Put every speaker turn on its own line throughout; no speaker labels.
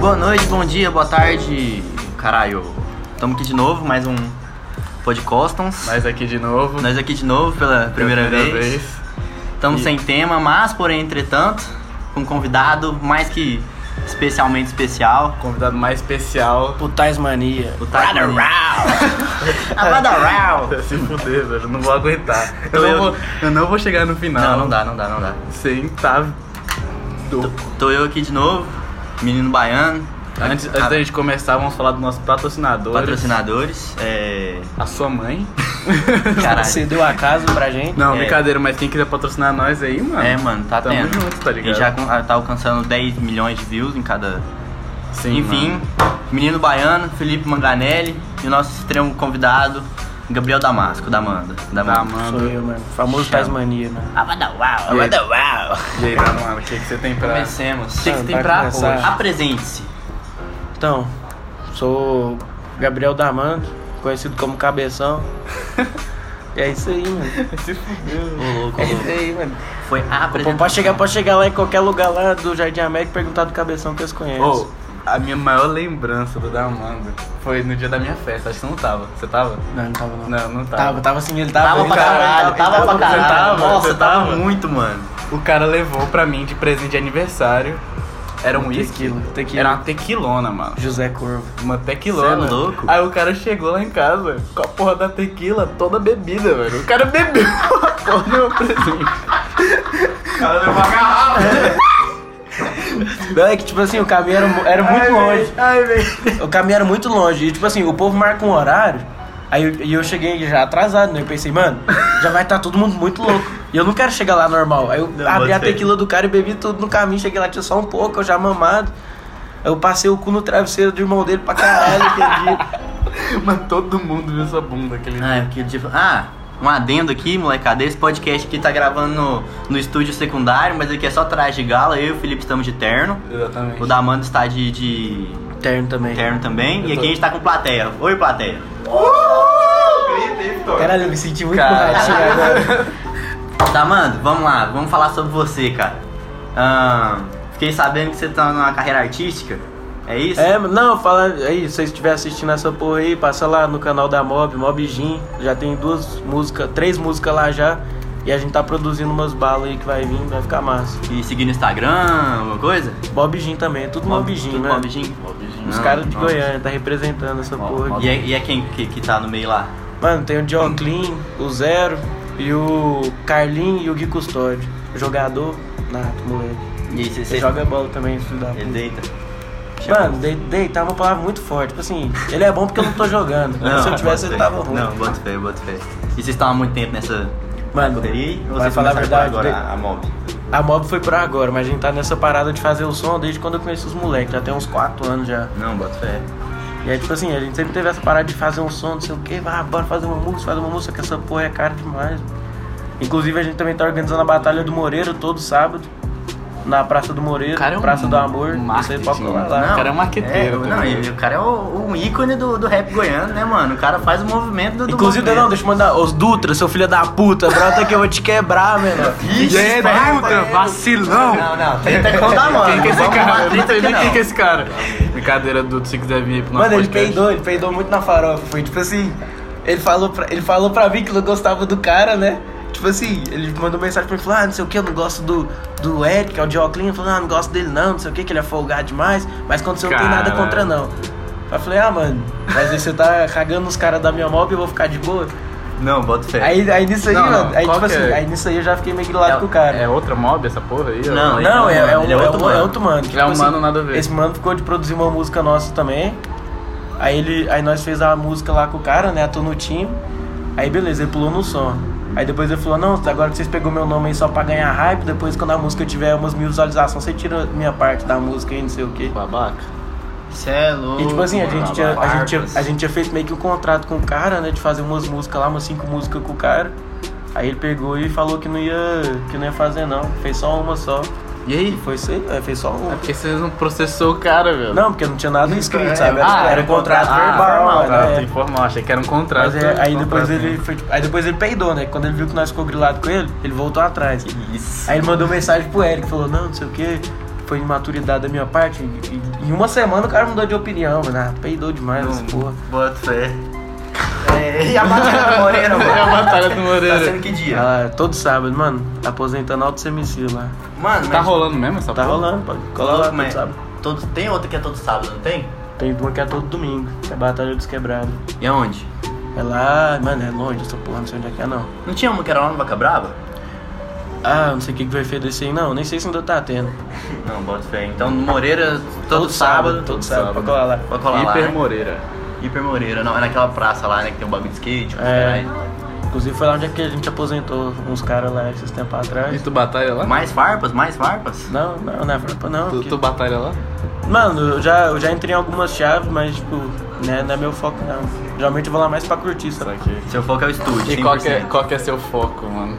Boa noite, bom dia, boa tarde. Caralho, estamos aqui de novo, mais um Podcostons.
Mas aqui de novo.
Nós aqui de novo pela primeira, vez. Estamos
E-
sem tema, mas porém, entretanto, com um convidado mais que especialmente especial.
Convidado mais especial.
O Tais Mania.
O Tyler
Se fuder, velho. Não vou aguentar.
Então
eu,
eu-
não vou, eu não vou chegar no final.
Não, não dá, não dá, não dá.
Sem tá. do-
Tô eu aqui de novo, menino baiano,
Antes, antes da gente começar, vamos falar dos nossos patrocinadores.
patrocinadores. É.
A sua mãe.
Você
Caralho.
deu a casa pra gente.
Não,
É.
brincadeira, mas quem quiser patrocinar nós aí, mano.
É, mano, tá
Tamo
tendo.
junto, tá
A gente
ligado?
já con- tá alcançando 10 milhões de views em cada
Sim,
Enfim,
mano.
menino baiano, Felipe Manganelli e o nosso extremo convidado, Gabriel Damasco, da Amanda. Da
Tá,
Amanda.
mano.
Sou eu, mano. Famoso Tais Mania, né? mano.
Abadauau, abadauau.
E aí, tá, mano, o que, que você tem pra.
Comecemos. O que que você
Tá,
tem
vai
pra hoje?
começar.
Apresente-se.
Então, sou Gabriel Damando, conhecido como Cabeção. e é isso aí, mano.
Se
Ô,
fuder.
louco, ô,
É isso
louco.
aí, mano.
Foi a
Pô,
É, apresentação.
pode, chegar, pode chegar lá em qualquer lugar lá do Jardim América e perguntar do Cabeção que eles conhecem.
Ô, Oh, a minha maior lembrança do da Amanda foi no dia da minha festa. Acho que você não tava. Você tava?
Não, não tava não.
Não, não tava.
Tava, tava assim, ele
Tava
tava.
pra
ele tava-
caralho,
ele tava-
tava pra
ele
caralho.
tava,
Nossa,
você
tava,
tava?
muito, mano.
O cara levou pra mim de presente de aniversário. Era um uísque?
Tequila, tequila.
Era uma tequilona, mano.
José Corvo.
Uma tequilona.
Cê é louco?
Aí o cara chegou lá em casa com a porra da tequila toda bebida, velho. O cara bebeu a porra do meu presente. O cara levou uma garrafa.
Não, é que tipo assim, o caminho era, mu- era muito longe.
Ai, velho.
O caminho era muito longe. E tipo assim, o povo marca um horário. Aí eu, e eu cheguei já atrasado, né? Eu pensei, mano, já vai estar todo mundo muito louco. E eu não quero chegar lá normal. Aí eu abri
pode
a
ser.
tequila do cara e bebi tudo no caminho. Cheguei lá, tinha só um pouco, eu já mamado. Aí eu passei o cu no travesseiro do irmão dele pra caralho, entendi.
Mano, todo mundo viu sua bunda aquele dia.
Ah, eu queria dizer- ah, um adendo aqui, molecada. Esse podcast aqui tá gravando no, no estúdio secundário, mas aqui é só traje de gala. Eu e o Felipe estamos de terno.
Exatamente.
O da Amanda está de- de
Terno também.
Terno também.
Eu
E
tô-
aqui a gente tá com plateia. Oi, plateia.
Caralho, eu me senti muito
Caralho.
borrachinho agora.
Tá, mano, vamos lá. Vamos falar sobre você, cara. Ahn, fiquei sabendo que você tá numa carreira artística. É isso?
É, mas não, fala aí, se você estiver assistindo essa porra aí, passa lá no canal da Mob, Mob Gin. Já tem duas músicas, três músicas lá já. E a gente tá produzindo umas balas aí que vai vir, vai ficar massa.
E seguir no Instagram, alguma coisa?
Mob Gin também, é tudo Mob Gin,
Tudo
né?
Mob Gin?
Os
Não,
caras de
Mob Gin.
Goiânia tá representando essa
Mob-
porra aqui.
E é, e é quem que, que tá no meio lá?
Mano, tem o John Clean, o Zero e o Carlin e o Gui Custódio. Jogador, nato, moleque.
E aí, você
Você joga bola também, filho da
Ele
puta.
deita.
Mano, de- deitar é uma palavra muito forte. Tipo assim, ele é bom porque eu não tô jogando. se eu tivesse,
bota
ele
fé.
tava ruim.
Não, bota fé, bota fé. E vocês estavam há muito tempo nessa
Mano,
bateria aí? Ou
vai
Vocês
falar a
começaram
verdade, né?
agora a, a mob?
A mob foi por agora, mas a gente tá nessa parada de fazer o som desde quando eu conheci os moleques, já tem uns 4 anos já.
Não, bota fé.
E aí, tipo assim, a gente sempre teve essa parada de fazer um som, não sei o que, ah, bora fazer uma música, fazer uma música, que essa porra é cara demais. Inclusive, a gente também tá organizando a Batalha do Moreiro todo sábado, na Praça do Moreiro, Praça do Amor, não sei qual que é
marketing,
lá.
mano. O cara é um maqueteiro
é, não,
também.
e o cara é o, um ícone do, do rap goiano, né, mano? O cara faz o movimento do. do
Inclusive,
movimento.
não, deixa eu um mandar, os Dutra, seu filho da puta, brota que eu vou te quebrar, menor.
Ixi,
é,
esperta,
Dutra,
é.
vacilão.
Não, não, treta que não dá, mano.
Quem que é esse
né? Vamos
cara?
arrumar
Eu não
treta
sei nem
aqui,
quem que é esse cara. Brincadeira, Dudu, se quiser vir pro nosso
Mano, ele
podcast.
peidou, ele peidou muito na farofa. Foi tipo assim, ele falou pra, ele falou pra mim que não gostava do cara, né? Tipo assim, ele mandou mensagem pra mim, falou, ah, não sei o que, eu não gosto do, do Ed, que é o Dioclinho. Eu falei, ah, não gosto dele não, não sei o que, que ele é folgado demais, mas quando você não tem nada
Caralho.
contra não. Aí eu falei, ah, mano, mas aí você tá cagando nos caras da minha mob e eu vou ficar de boa.
é. Não, bota fé.
Aí, aí nisso aí,
É. Não,
mano,
não,
aí
qual
tipo
que é?
assim, aí nisso aí eu já fiquei meio grilado
É-
com o cara.
É outra mob essa porra aí?
Não,
Ou-
ele
Não,
é um
é, é,
mano,
um,
ele
é,
é
um-
outro mano.
é outro mano. que,
Ele é um mano nada a ver.
Esse mano ficou de produzir uma música nossa também. Aí, ele, aí nós fez a música lá com o cara, né? Tô no time. Aí beleza, ele pulou no som. Aí depois ele falou, não, agora que vocês pegou meu nome aí só pra ganhar hype, depois quando a música tiver umas mil visualizações, você tira minha parte da música aí, não sei o quê.
Babaca.
Cê é louco.
E tipo assim, a gente,
mano,
tinha, a, gente tinha,
barbas.
a gente tinha feito meio que um contrato com o cara, né? De fazer umas músicas lá, umas cinco músicas com o cara. Aí ele pegou e falou que não ia, que não ia fazer não. Fez só uma só.
E
E
aí?
foi isso aí, né, fez só uma.
É porque vocês não processou o cara, velho.
Não, porque não tinha nada escrito,
É,
sabe? Era, era um contrato verbal,
Ah, contrato
né?
informal, achei que era um contrato.
Mas é, aí depois
Contrato,
ele
né?
foi, tipo, aí depois ele peidou, né? Quando ele viu que nós ficou grilado com ele, ele voltou atrás.
Isso.
Aí ele mandou mensagem pro Eric, falou, não, não sei o quê. foi imaturidade da minha parte. E, e- em uma semana o cara mudou de opinião, mano. Ah, peidou demais essa porra.
Bota fé. É, e a batalha do Moreira, mano?
É a Batalha do Moreira.
Tá sendo que dia?
Ah, todo sábado, mano. Tá aposentando alto CMC lá.
Mano, mas...
Tá rolando mesmo essa
Ah, Tá
porra?
rolando, pode. Cola lá
Louco,
todo
é?
mas...
sábado.
Todo... Tem outra que é todo sábado, não tem?
Tem uma que é todo domingo, que é a Batalha dos Quebrados.
E aonde?
É lá, mano, é longe essa porra, não sei onde é que é não.
Não tinha uma que era lá no Vaca Brava?
Ah, não sei o que que vai feito desse aí não, nem sei se ainda tá tendo.
Não, bota fé. Então, no Moreira, todo, sábado.
todo sábado,
sábado.
pra colar lá.
Vai colar
Hiper
lá. né?
Moreira.
Hiper Moreira. Não, é naquela praça lá, né? Que tem um bagulho de skate. os
É,
caralho.
inclusive foi lá onde é que a gente aposentou uns caras lá esses tempos
E
atrás.
tu batalha lá?
Mais farpas? Mais farpas?
Não, não, não é Frapa, não.
Tu,
que-
tu batalha lá?
Mano, eu já, eu já entrei em algumas chaves, mas tipo, né, não é meu foco não. Geralmente eu vou lá mais pra curtir,
Isso
sabe?
aqui.
Seu foco é o estúdio,
E qual que, é,
100%.
qual que é seu foco, mano?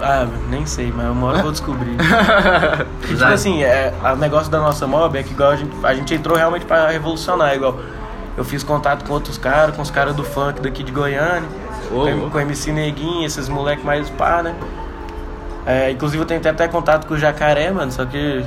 Ah, nem sei, mas uma hora eu vou descobrir. E, tipo
Exato.
assim, é, a- o negócio da nossa mob é que igual a gente, a gente entrou realmente pra revolucionar, igual. Eu fiz contato com outros caras, com os caras do funk daqui de Goiânia,
Ô,
com,
louco.
com o MC Neguinho, esses moleques mais pá, né? É, inclusive eu tentei até contato com o Jacaré, mano, só que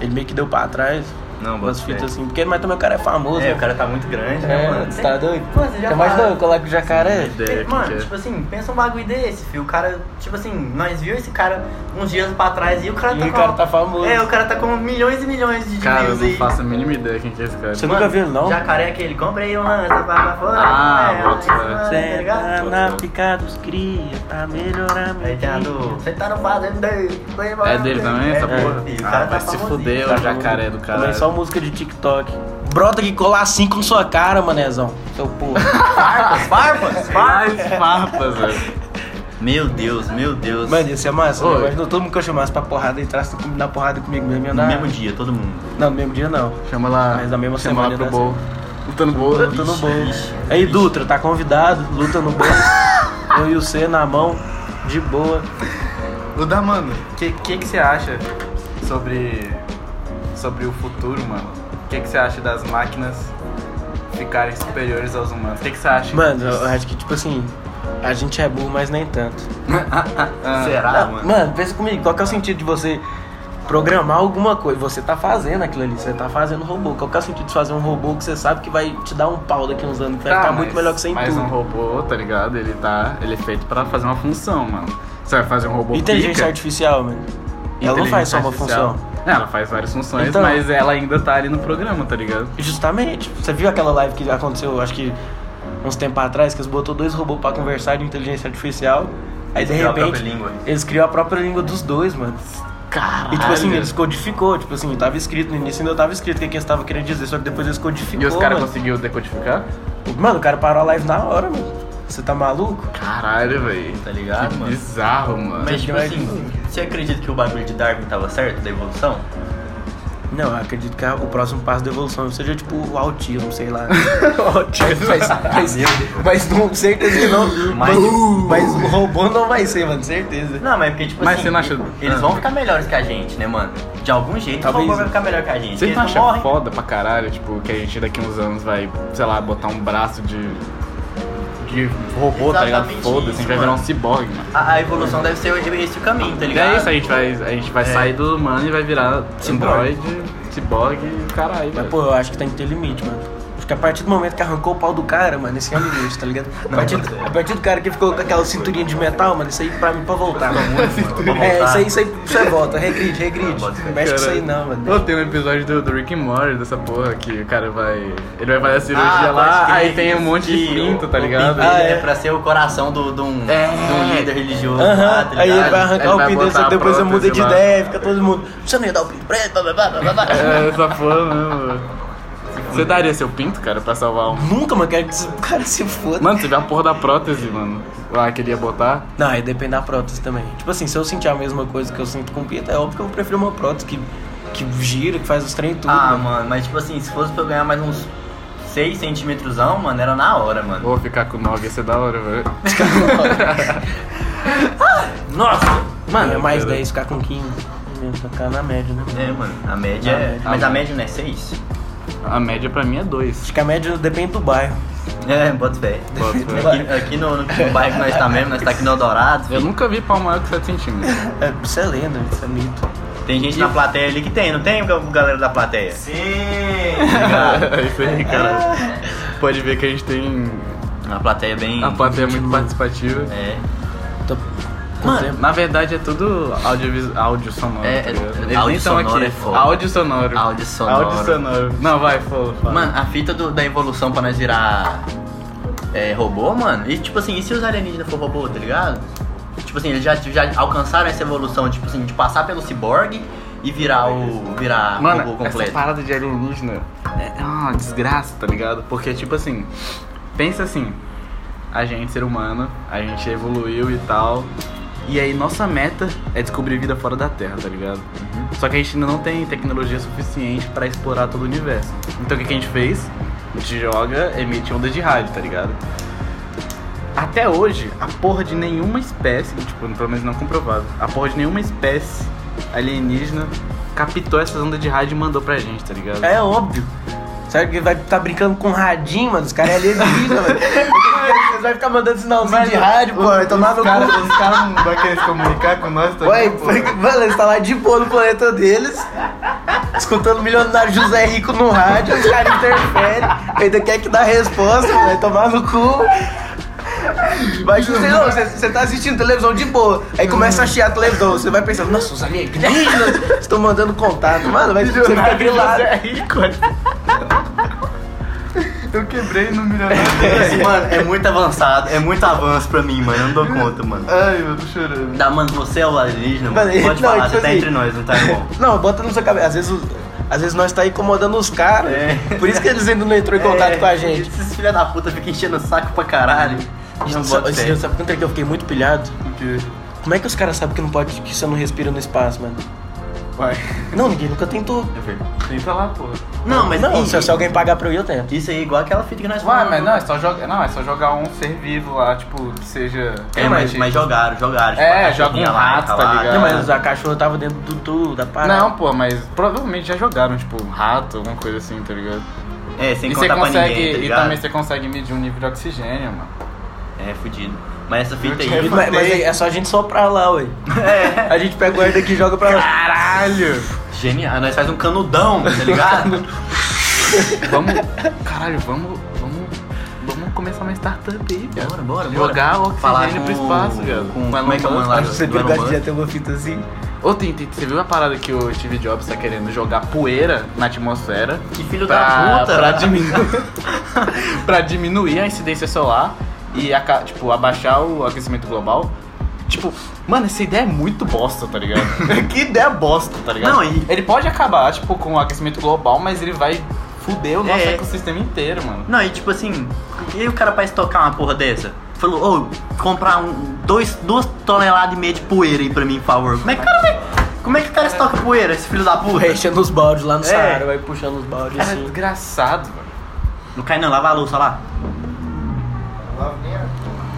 ele meio que deu pra trás.
Não, bota
umas fitas
fé.
assim, porque mas também o cara é famoso,
É,
né?
o cara tá muito grande, né,
É,
mano?
você tá doido?
Mano, você já
Você mais
fala-
doido colar com o jacaré?
Ideia que que
Mano,
é.
tipo assim, pensa um bagulho desse, filho. O cara, tipo assim, nós viu esse cara uns dias pra trás e o cara
E
tá
o
com.
cara tá famoso.
É, o cara tá com milhões e milhões de
Cara, eu
views
não
aí.
faço a mínima ideia quem que é esse cara.
Você nunca viu ele, não?
Jacaré aquele, compra aí uma lança pra fora.
Ah,
é,
boto
é,
fé.
mano, tá
Senta
ligado?
na picada dos cria pra melhorar meu
Aí tem a do. Você tá no fazendo dele.
É dele também, essa porra?
né? filho, o
Ah,
cara tá
vai se
famosinho.
fuder,
Tá
o jacaré do
Também
cara.
só música de TikTok. Brota que colar assim com sua cara, manezão. Seu porra.
Farpas, farpas, farpas.
Mais farpas, velho.
Meu Deus, meu Deus.
Mano, ia ser massa.
Oi.
né? Imagina todo mundo que eu chamasse pra porrada e entrasse com- na porrada comigo mesmo. ia
no
na-
mesmo dia, todo mundo.
Não, no mesmo dia não.
Chama lá.
Mas na mesma
chama
semana
lá pro
dá
bolo. Luta no bolo.
Luta no
Ixi,
bolo.
ixi,
Aí,
ixi.
Dutra, tá convidado. Luta no bolo. eu e o C na mão. De boa.
O da mano, o que, que que você acha sobre sobre o futuro, mano? O que que você acha das máquinas ficarem superiores aos humanos? O que que você acha?
Mano, eu acho que, tipo assim, a gente é burro, mas nem tanto. é,
Ah,
Será, mano?
Mano, pensa comigo, qual que é o sentido de você programar alguma coisa? Você tá fazendo aquilo ali, você tá fazendo robô. Qual que é o sentido de fazer um robô que você sabe que vai te dar um pau daqui uns anos, que vai
Tá,
ficar
mas-
muito melhor que você em
mas
tudo?
um robô, tá ligado? Ele tá, ele é feito pra fazer uma função, mano. Você vai fazer um robô
Inteligência
pica,
artificial, mano. Ela não
inteligência
faz só uma
artificial-
função.
Ela faz várias funções,
Então-
mas ela ainda tá ali no programa, tá ligado?
Justamente. Você viu aquela live que aconteceu, acho que uns tempos atrás, que eles botou dois robôs pra conversar de inteligência artificial. Aí de
Criou a própria
repente,
língua.
eles criou a própria língua dos dois, mano.
Caralho.
E tipo assim, eles codificou, tipo assim, tava escrito no início, ainda tava escrito o que que eles estavam querendo dizer, só que depois eles codificou.
E os caras
mano.
conseguiu decodificar?
Mano, o cara parou a live na hora, mano. Você tá maluco?
Caralho, velho.
Tá ligado, mano?
Bizarro, mano.
Mas, tipo
Vai-
assim, você acredita que o bagulho de Darwin tava certo, da evolução?
Não, eu acredito que a- o próximo passo da evolução seja tipo o autismo, sei lá. mas, mas, mas não, certeza que não.
Mas-
Mas, mas o robô não vai ser, mano, certeza.
Não, mas porque, tipo
Mas
assim,
você não acha-
eles
Ah.
vão ficar melhores que a gente, né, mano? De algum jeito, o
Talvez-
robô vai ficar melhor que a gente.
Vocês
eles
não acham
morrem.
foda pra caralho, tipo, que a gente daqui uns anos vai, sei lá, botar um braço de. de robô, tá ligado?
Exatamente
Foda-se, a
isso,
gente vai virar um
mano.
ciborgue, mano.
A, a evolução deve ser esse o caminho, tá
E
ligado?
é isso, a gente vai, a gente vai
É.
sair do humano e vai virar
Ciborgue.
android, ciborgue e caralho,
Mas,
velho.
pô, eu acho que tem que ter limite, mano. Acho que a partir do momento que arrancou o pau do cara, mano, esse é o limite, tá ligado? A partir, a partir do cara que ficou com aquela cinturinha de metal, mano, isso aí pra mim pra voltar, mano.
Vamos
É,
voltar.
isso aí, isso aí você volta, regride,
Não,
regride.
bota fé.
Não mexe com isso aí não, mano.
Pô, tem um episódio do, do Rick and Morty dessa porra que o cara vai. Ele vai fazer a cirurgia
Ah,
lá,
pode crer,
aí tem um monte de
que
pinto,
o-
tá
o
ligado?
pinto,
Ah,
ele é.
é.
pra ser o coração do, de, um,
É.
de um líder religioso lá,
Aham,
tá
aí ele
ligado?
vai
Ele
arrancar
vai
o pinto
botar
dele,
a
depois você muda
prótese
de
lá.
ideia, fica todo mundo. Você não ia dar o pinto preto, blá blá blá blá blá.
É, essa porra mesmo. mano. Você daria seu pinto, cara, pra salvar um.
Nunca, mano, quero que esse cara se foda.
Mano, você vê a porra da prótese, mano. Lá que ele ia botar.
Não, aí depende da prótese também. Tipo assim, se eu sentir a mesma coisa que eu sinto com o pinto, é óbvio que eu prefiro uma prótese que, que gira, que faz os trem e tudo.
Ah,
mano.
mano, mas tipo assim, se fosse pra eu ganhar mais uns 6 centímetros, mano, era na hora, mano.
Vou ficar com o Nog, ia ser da hora, velho.
Nossa! Mano, é mais
cara.
10, ficar com 15. Meu, Ficar na média, né?
É, mano, a média
Ah,
é.
tá
média.
Mas a média não é 6?
A média pra mim é dois.
Acho que a média depende do bairro.
É, bota fé.
Bota fé.
Aqui, aqui no, no bairro que nós tá mesmo, nós tá aqui no Eldorado.
Eu nunca vi pau maior que 7 centímetros.
É, isso é lenda, isso é mito.
Tem gente na plateia ali que tem, não tem galera da plateia?
Sim!
Obrigado.
É isso aí, cara. Pode ver que a gente tem
Uma plateia é bem.
a plateia muito participativa.
É.
Tô-
Mano, na verdade é tudo audiovis... áudio sonoro.
É,
tá
é-
ligado?
é-
Eles
áudio
nem tão
sonoro
aqui.
é foda.
Áudio sonoro.
Áudio sonoro.
Áudio sonoro. Não, vai, fala. fala.
Mano, a fita do- da evolução pra nós virar é, robô, mano. E tipo assim, e se os alienígenas for robô, tá ligado? Tipo assim, eles já, já alcançaram essa evolução, tipo assim, de passar pelo ciborgue e virar o. virar robô
Mano, essa
completo.
parada de alienígena é é uma desgraça, tá ligado? Porque, tipo assim, pensa assim, a gente, ser humano, a gente evoluiu e tal, e aí nossa meta é descobrir vida fora da Terra, tá ligado?
Uhum.
Só que a gente ainda não tem tecnologia suficiente pra explorar todo o universo. Então o que, que a gente fez? A gente joga, emite onda de rádio, tá ligado? Até hoje, a porra de nenhuma espécie, tipo, pelo menos não comprovado, a porra de nenhuma espécie alienígena captou essas ondas de rádio e mandou pra gente, tá ligado?
É óbvio. Sabe que vai tá brincando com radinho, mano? Os caras é alienígena, mano. Vocês vai ficar mandando sinalzinho de rádio, pô. Vai tomar no
Os caras
cu.
os caras não vão querer se comunicar com nós
tá
Ué,
também. pô.
mano, eles tá lá de boa no planeta deles, escutando o milionário José Rico no rádio, os caras interferem, ainda quer que dá resposta, vai tomar no cu. Mas você, não, você, você tá assistindo televisão de boa, aí começa a chiar a televisão, você vai pensando, nossa, os alienígenas estão mandando contato, mano, vai, você fica grilado.
é né?
Eu quebrei no milionário.
mano, é muito avançado, é muito avanço pra mim, mano. Eu não dou conta, mano.
É,
Ai, eu tô chorando.
Dá, mano, você é o alienígena, mano.
Mano,
Pode
não,
falar,
tipo
você tá
assim-
entre nós, não tá bom.
Não, bota na sua cabeça, às vezes, os- às vezes nós tá incomodando os caras,
É.
por isso que eles ainda não entrou em contato
É,
com a gente.
Esses filha da puta ficam enchendo o saco pra caralho. Não
Sabe-
bota
esse
fé.
dia, sabe quanto é que eu fiquei muito pilhado?
quê?
Como é que os caras sabem que não pode, que você não respira no espaço, mano?
Vai.
Não, ninguém nunca tentou.
É verdade.
Tenta lá, porra.
Não, mas
Não,
e-
se, se alguém pagar pra eu, eu tento.
Isso aí é igual aquela fita que nós
Ué,
falamos.
mas não, é só jogar. Não, é só jogar um ser vivo lá, tipo, que seja.
É, mas, mas jogaram, jogaram. tipo,
É,
a
joga um
cachorrinha lá,
rato, tá
calada.
ligado?
Não, mas a cachorra tava dentro do tubo, da parada.
Não, pô, mas provavelmente já jogaram, tipo, um rato, alguma coisa assim, tá ligado?
É, sem
e
contar pra
consegue.
ninguém, tá
e
ligado?
também você consegue medir o nível de oxigênio, mano.
É, fudido. Mas essa fita
Eu
aí...
Mas, mas é, é só a gente soprar lá, ué. A gente pega o ar daqui e joga pra lá.
Caralho!
Genial, nós faz um canudão, tá ligado?
Vamos. Caralho, vamos. Vamos. Vamos começar uma startup aí, cara.
bora, bora, bora.
Jogar o oxigênio
Falar
pro
com-
espaço, velho.
Com,
Com
como é que é o
Elon
nome lá?
Acho que você
do
tem
Elon
lugar de
Musk?
já ter uma fita assim.
Ô, Tintin, você viu a parada que o Steve Jobs tá querendo jogar poeira na atmosfera?
Que filho da
pra,
puta,
pra
né?
diminuir pra diminuir a incidência solar e aca- tipo abaixar o aquecimento global tipo mano essa ideia é muito bosta tá ligado que ideia bosta tá ligado
Não, e-
ele pode acabar tipo com o aquecimento global mas ele vai fuder o nosso
É.
ecossistema inteiro mano
Não, e tipo assim, e aí o cara pra estocar uma porra dessa? Falou, ô, comprar um, dois, duas toneladas e meia de poeira aí pra mim, por favor. Como é que o cara vai. Como é que o cara estoca poeira, esse filho da
Vai
puta?
enchendo os baldes lá no Saara, vai puxando os baldes
cara é
assim.
desgraçado mano.
Não cai não, lava a louça lá.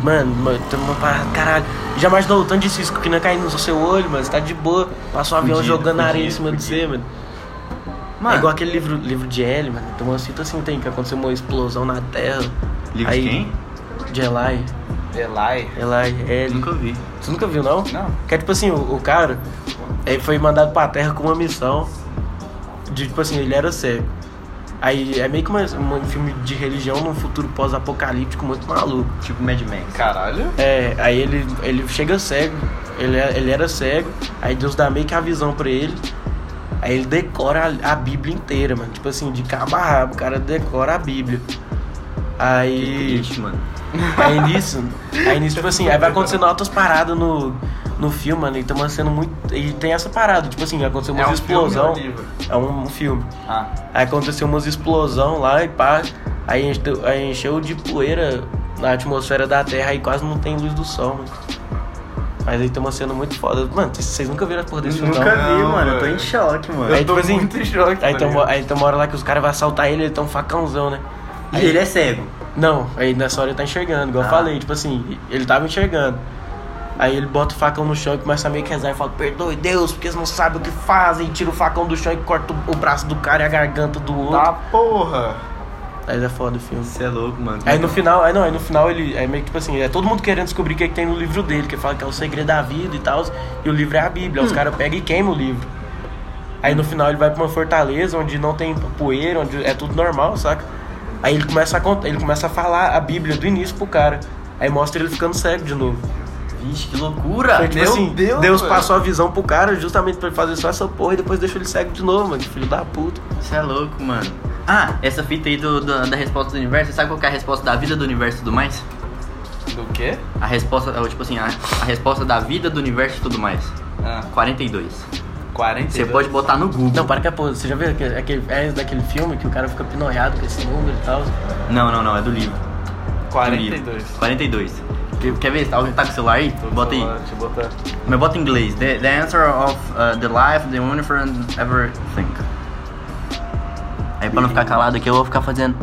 Mano, mano, tem uma parada, caralho. Já imaginou o tanto de cisco que não cai no seu olho, mano? Você tá de boa, passa um avião
Fudido,
jogando areia em
fudido,
cima de você, mano.
Mano.
É igual aquele livro, livro de L, mano. Tem uma cita assim, tem, que aconteceu uma explosão na Terra.
Livro
Aí-
de quem?
De Eli.
Eli
Eli, L.
Nunca vi.
Você nunca viu, não?
Não.
Que é tipo assim, o, o cara ele foi mandado pra terra com uma missão de, tipo assim, ele era cego. Aí é meio que uma, uma- um filme de religião num futuro pós-apocalíptico muito maluco.
Tipo Mad Max.
caralho
É, aí ele, ele chega cego, ele, é- ele era cego, aí Deus dá meio que a visão pra ele. Aí ele decora a, a Bíblia inteira, mano. Tipo assim, de cabo a rabo, o cara decora a Bíblia. Aí.
Ixi, mano.
Aí nisso, aí nisso, tipo assim, aí vai acontecendo altas paradas no, no filme, mano. E tamo sendo muito. E tem essa parada, tipo assim, aconteceu umas
É um filme ou
explosão.
livro?
é um filme.
ah
Aí aconteceu umas explosão lá e pá. Aí, enche- aí encheu de poeira na atmosfera da Terra e quase não tem luz do sol, mano. Mas aí tem uma cena muito foda. Mano, c- vocês nunca viram a porra desse filme, não?
vi, mano, eu tô em
choque, Então, mano.
Aí,
Eu tô
tipo assim,
muito em choque.
Aí
tá
tem uma-
ligado?
aí tem uma hora lá que os caras vão assaltar ele, ele tem um facãozão, né?
E ele é cego.
Não, aí nessa hora ele tá enxergando, igual
Ah.
eu falei, tipo assim, ele tava enxergando. Aí ele bota o facão no chão e começa a meio que rezar e fala, perdoe Deus, porque eles não sabem o que fazem, e tira o facão do chão e corta o- o braço do cara e a garganta do outro.
Ah,
Tá porra.
Aí é foda o filme.
Você é louco, mano.
Aí no final, aí não, aí no final ele. Aí meio que tipo assim, é todo mundo querendo descobrir o que, é Hum. que tem no livro dele, que fala que é o segredo da vida e tal. E o livro é a Bíblia. Aí Os caras pegam e queimam o livro. Aí no final ele vai pra uma fortaleza onde não tem poeira, onde é tudo normal, saca? Aí ele começa a contar, ele começa a falar a Bíblia do início pro cara. Aí mostra ele ficando cego de novo.
Vixe, que loucura!
Foi, tipo
Meu
assim,
Deus,
Deus,
velho.
passou a visão pro cara justamente pra ele fazer só essa porra e depois deixou ele cego de novo, mano. Filho da puta.
Você é louco, mano. Ah, essa fita aí do, do- da resposta do universo, você sabe qual que é a resposta da vida do universo e tudo mais?
Do quê?
A resposta, é, tipo assim, a, a resposta da vida do universo e tudo mais.
Ah,
42.
40.
Você pode botar no Google.
Não, para que a porra. Você já viu aquele, aquele, é daquele filme que o cara fica pinorreado com esse número e tal?
Não, não, não, é do livro. Do livro.
42.
42. Quer- Quer ver? Alguém tá com o celular aí? Bota aí.
Deixa eu botar.
Mas bota em inglês. The, the answer of uh, the life, the universe and everything. Aí pra não ficar calado aqui, eu vou ficar fazendo.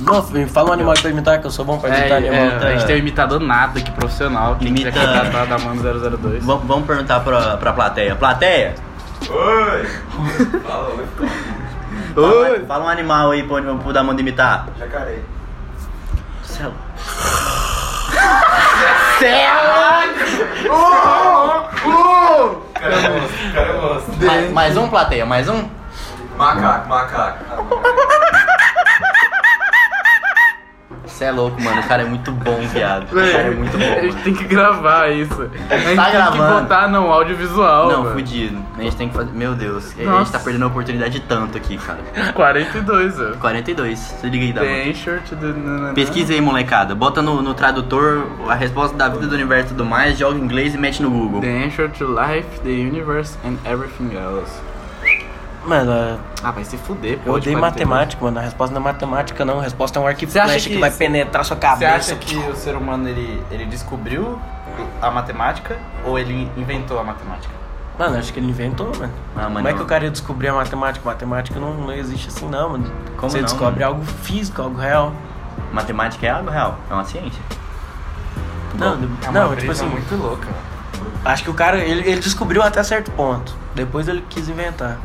Bom, filho, fala um animal pra imitar, que eu sou bom pra
É,
imitar animal.
é, a gente tem um imitador nada aqui profissional. Quem
Imita-
quiser contratar da Mano 002.
Vam- Vamos perguntar pra, pra plateia. Plateia!
Oi! Fala, oi.
Fala, fala um animal aí pro, pro Damando imitar.
Jacaré.
Céu.
Cara é monstro, cara é monstro.
Mais, mais um, plateia, mais um?
Macaco, macaco.
Você é louco, mano. O cara é muito bom, viado. O
Véi,
cara é muito bom.
A
Mano.
gente tem que gravar isso. A gente tem
gravando.
que botar Tá não audiovisual.
Não,
mano.
fudido. A gente tem que fazer. Meu Deus, a gente
Nossa.
tá perdendo a oportunidade de tanto aqui, cara.
42, ó.
42, se liga aí, Damando.
Tem shirt do. nananã.
Pesquisa aí, molecada. Bota no, no tradutor a resposta da vida do universo e tudo mais, joga em inglês e mete no Google.
The answer to life, the universe and everything else.
Mano, é,
Ah, vai se fuder, pô.
eu
de
odeio
42.
matemática, mano. A resposta não é matemática, não. A resposta é um arquivo
Você acha
flash que,
que-
vai penetrar sua
Você
cabeça.
acha que o ser humano ele, ele descobriu a matemática ou ele inventou a matemática?
Mano, acho que ele inventou, mano.
Ah, mano,
Como é que
eu-
o cara ia descobrir a matemática? Matemática não, não existe assim, não, mano.
Como
Você
não,
descobre algo físico, algo real.
Matemática é algo real, é uma ciência.
Não,
É uma
não
brisa
tipo assim,
muito louca.
acho que o cara, ele, ele descobriu até certo ponto. Depois ele quis inventar.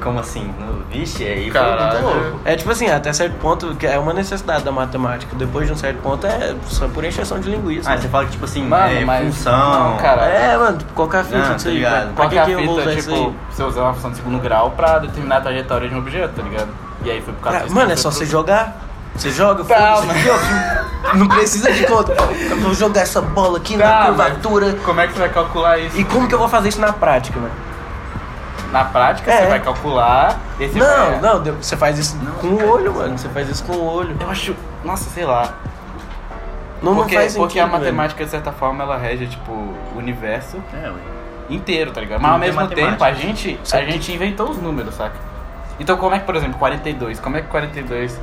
Como assim? Vixe, aí
foi Caralho. muito louco.
É tipo assim, até certo ponto que é uma necessidade da matemática. Depois de um certo ponto é só por encheção de linguiça.
Ah,
né?
você fala que tipo assim,
Mano,
é,
mas-
função.
não, cara.
É, mano, qualquer fita
Não,
disso
tá
aí,
ligado.
velho. Pra
Qual
que,
que é a
que eu vou
fita,
usar isso aí?
tipo, você usar uma função de segundo grau pra determinar a trajetória de um objeto, tá ligado? E aí foi por causa
Cara,
disso que
mano, é
foi
só
pro-
você jogar. Você joga,
Calma.
foda-se, aqui, é ó. Não precisa de conta. Eu vou jogar essa bola aqui na
Calma.
curvatura.
Como é que você vai calcular isso?
E como que eu vou fazer isso na prática, mano?
Na prática,
É.
você vai calcular. e você vai-
Não, não, de- você faz isso com o olho, mano. Você faz isso com o olho.
Eu acho. Nossa, sei lá.
Não, não
porque,
faz sentido.
porque a
velho.
matemática, de certa forma, ela rege, tipo, o universo
É, ué.
inteiro, tá ligado? Mas ao
Tudo é
mesmo
matemática.
tempo, a gente, a
Certo.
gente inventou os números, saca? Então, como é que, por exemplo, 42, como é que 42.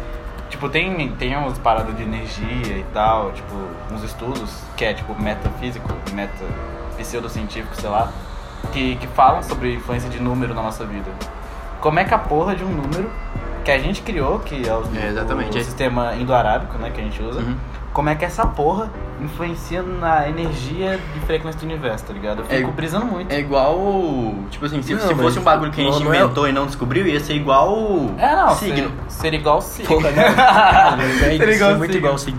Tipo, tem, tem umas paradas de energia e tal, tipo, uns estudos que é, tipo, metafísico, meta pseudocientífico, sei lá, que, que falam sobre a influência de número na nossa vida. Como é que a porra de um número que a gente criou, que é o,
É, exatamente.
o sistema indo-arábico, né, que a gente usa,
Uhum.
como é que essa porra influencia na energia de frequência do universo, tá ligado? Eu fico
É-
brisando muito.
É igual. Tipo assim, se,
Não,
se
mas
fosse um bagulho que a gente
não é-
inventou e não descobriu, ia ser igual.
É, não,
Signo.
Ser, ser igual signo. É,
Porra, Cara, velho, isso é muito igual, assim.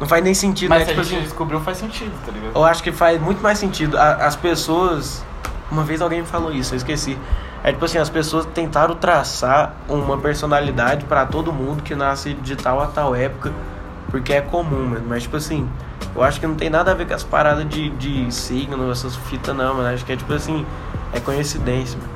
Não faz nem sentido,
Mas
né?
se a
Tipo
gente
assim,
descobriu, faz sentido, tá ligado?
Eu acho que faz muito mais sentido. A- as pessoas. Uma vez alguém me falou isso, eu esqueci. É tipo assim, as pessoas tentaram traçar uma personalidade pra todo mundo que nasce de tal a tal época, porque é comum, mano. Mas tipo assim, eu acho que não tem nada a ver com as paradas de, de signo, essas fitas, não, mano. Acho que é tipo assim, é coincidência, mano.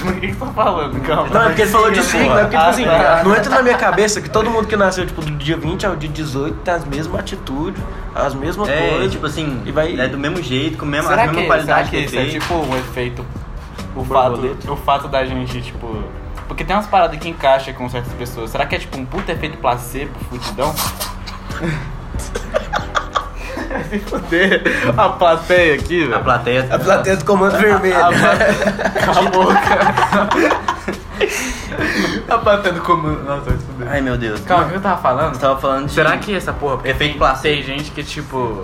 Por que que você tá falando? Calma.
Não, é porque ele falou de signo, é porque, tipo
Ah,
assim,
tá.
não entra na minha cabeça que todo mundo que nasceu, tipo, do dia 20 ao dia 18 tem as mesmas atitudes, as mesmas
É,
coisas.
tipo assim,
E vai-
é do mesmo jeito, com mesmo, a
será
mesma
que, será
qualidade
que Um
que
isso é
efeito.
tipo um efeito. O
Borboleta.
fato, o fato da gente, tipo. Porque tem umas paradas que encaixa com certas pessoas. Será que é tipo um puta efeito placebo, futidão? Se fuder. A plateia aqui,
A plateia.
A plateia do comando vermelho.
A plateia. Cala a boca. a plateia do comando. Tá Nossa, vai se fuder.
Ai meu Deus.
Calma, o que eu tava falando?
Você tava falando de.
Será que essa porra. porque
Efeito
tem-
placebo.
Tem gente que, tipo.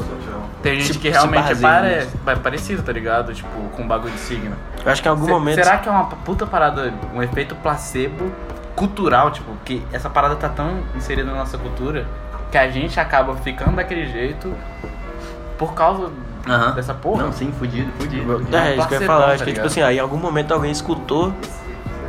Tem gente
Se-
que
se
realmente é
baseia
pare- pa- parecido, tá ligado? Tipo, com bagulho de signo.
Eu acho que né? em algum
Se-
momento.
Será que é uma puta parada, um efeito placebo cultural, tipo, que essa parada tá tão inserida na nossa cultura que a gente acaba ficando daquele jeito por causa
Aham.
dessa porra.
Não, sim, fudido, fudido. fudido.
É, isso que eu
parceirão,
ia falar.
tá
Acho que, tipo
ligado?
assim, aí em algum momento alguém escutou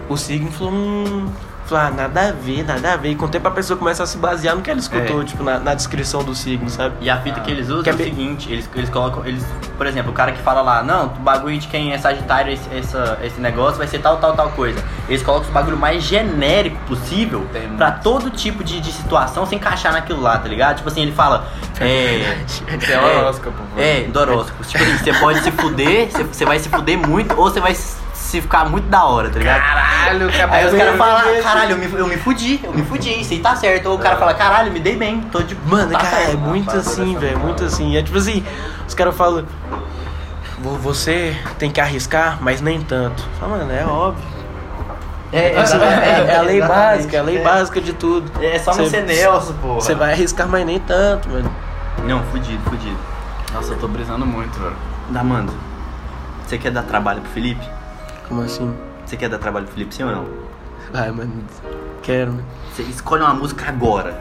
o signo e falou, hum... Falou, ah, nada a ver, nada a ver. E com o tempo a pessoa começa a se basear no que ela escutou,
É.
tipo, na, na descrição do signo, sabe?
E a fita que eles usam
Quer
é o
ver?
seguinte, eles, eles colocam, eles, por exemplo, o cara que fala lá, não, o bagulho de quem é sagitário, esse, essa- esse negócio vai ser tal, tal, tal coisa. Eles colocam o bagulho mais genérico possível
Tem muito.
pra todo tipo de, de situação se encaixar naquilo lá, tá ligado? Tipo assim, ele fala, é...
Isso é horóscopo. pô.
É, do horóscopo. Tipo assim, você pode se fuder, você- você vai se fuder muito, ou você vai se ficar muito da hora, tá ligado?
Caralho, é cara.
Aí os caras falam, caralho, eu me, eu me fudi, eu me fudi, isso aí tá certo. Ou o cara fala, caralho, me dei bem, tô de.
Mano,
tá
cara, é
certo."
muito
rapaz,
assim,
essa
velho,
moral.
muito assim. É tipo assim, os caras falam, "Vo- você tem que arriscar, mas nem tanto. Fala, mano, é óbvio.
É,
Assim, é, é a lei
exatamente.
básica, é a lei
É.
básica de tudo.
É só não
Cê-
ser Nelson, porra.
Você vai arriscar, mas nem tanto, mano.
Não, fudido, fudido.
Nossa, eu tô brisando muito, velho.
Damando, você quer dar trabalho pro Felipe?
Como assim?
Você quer dar trabalho pro Felipe, sim ou não?
Ai, mano, quero, mano.
Você escolhe uma música agora.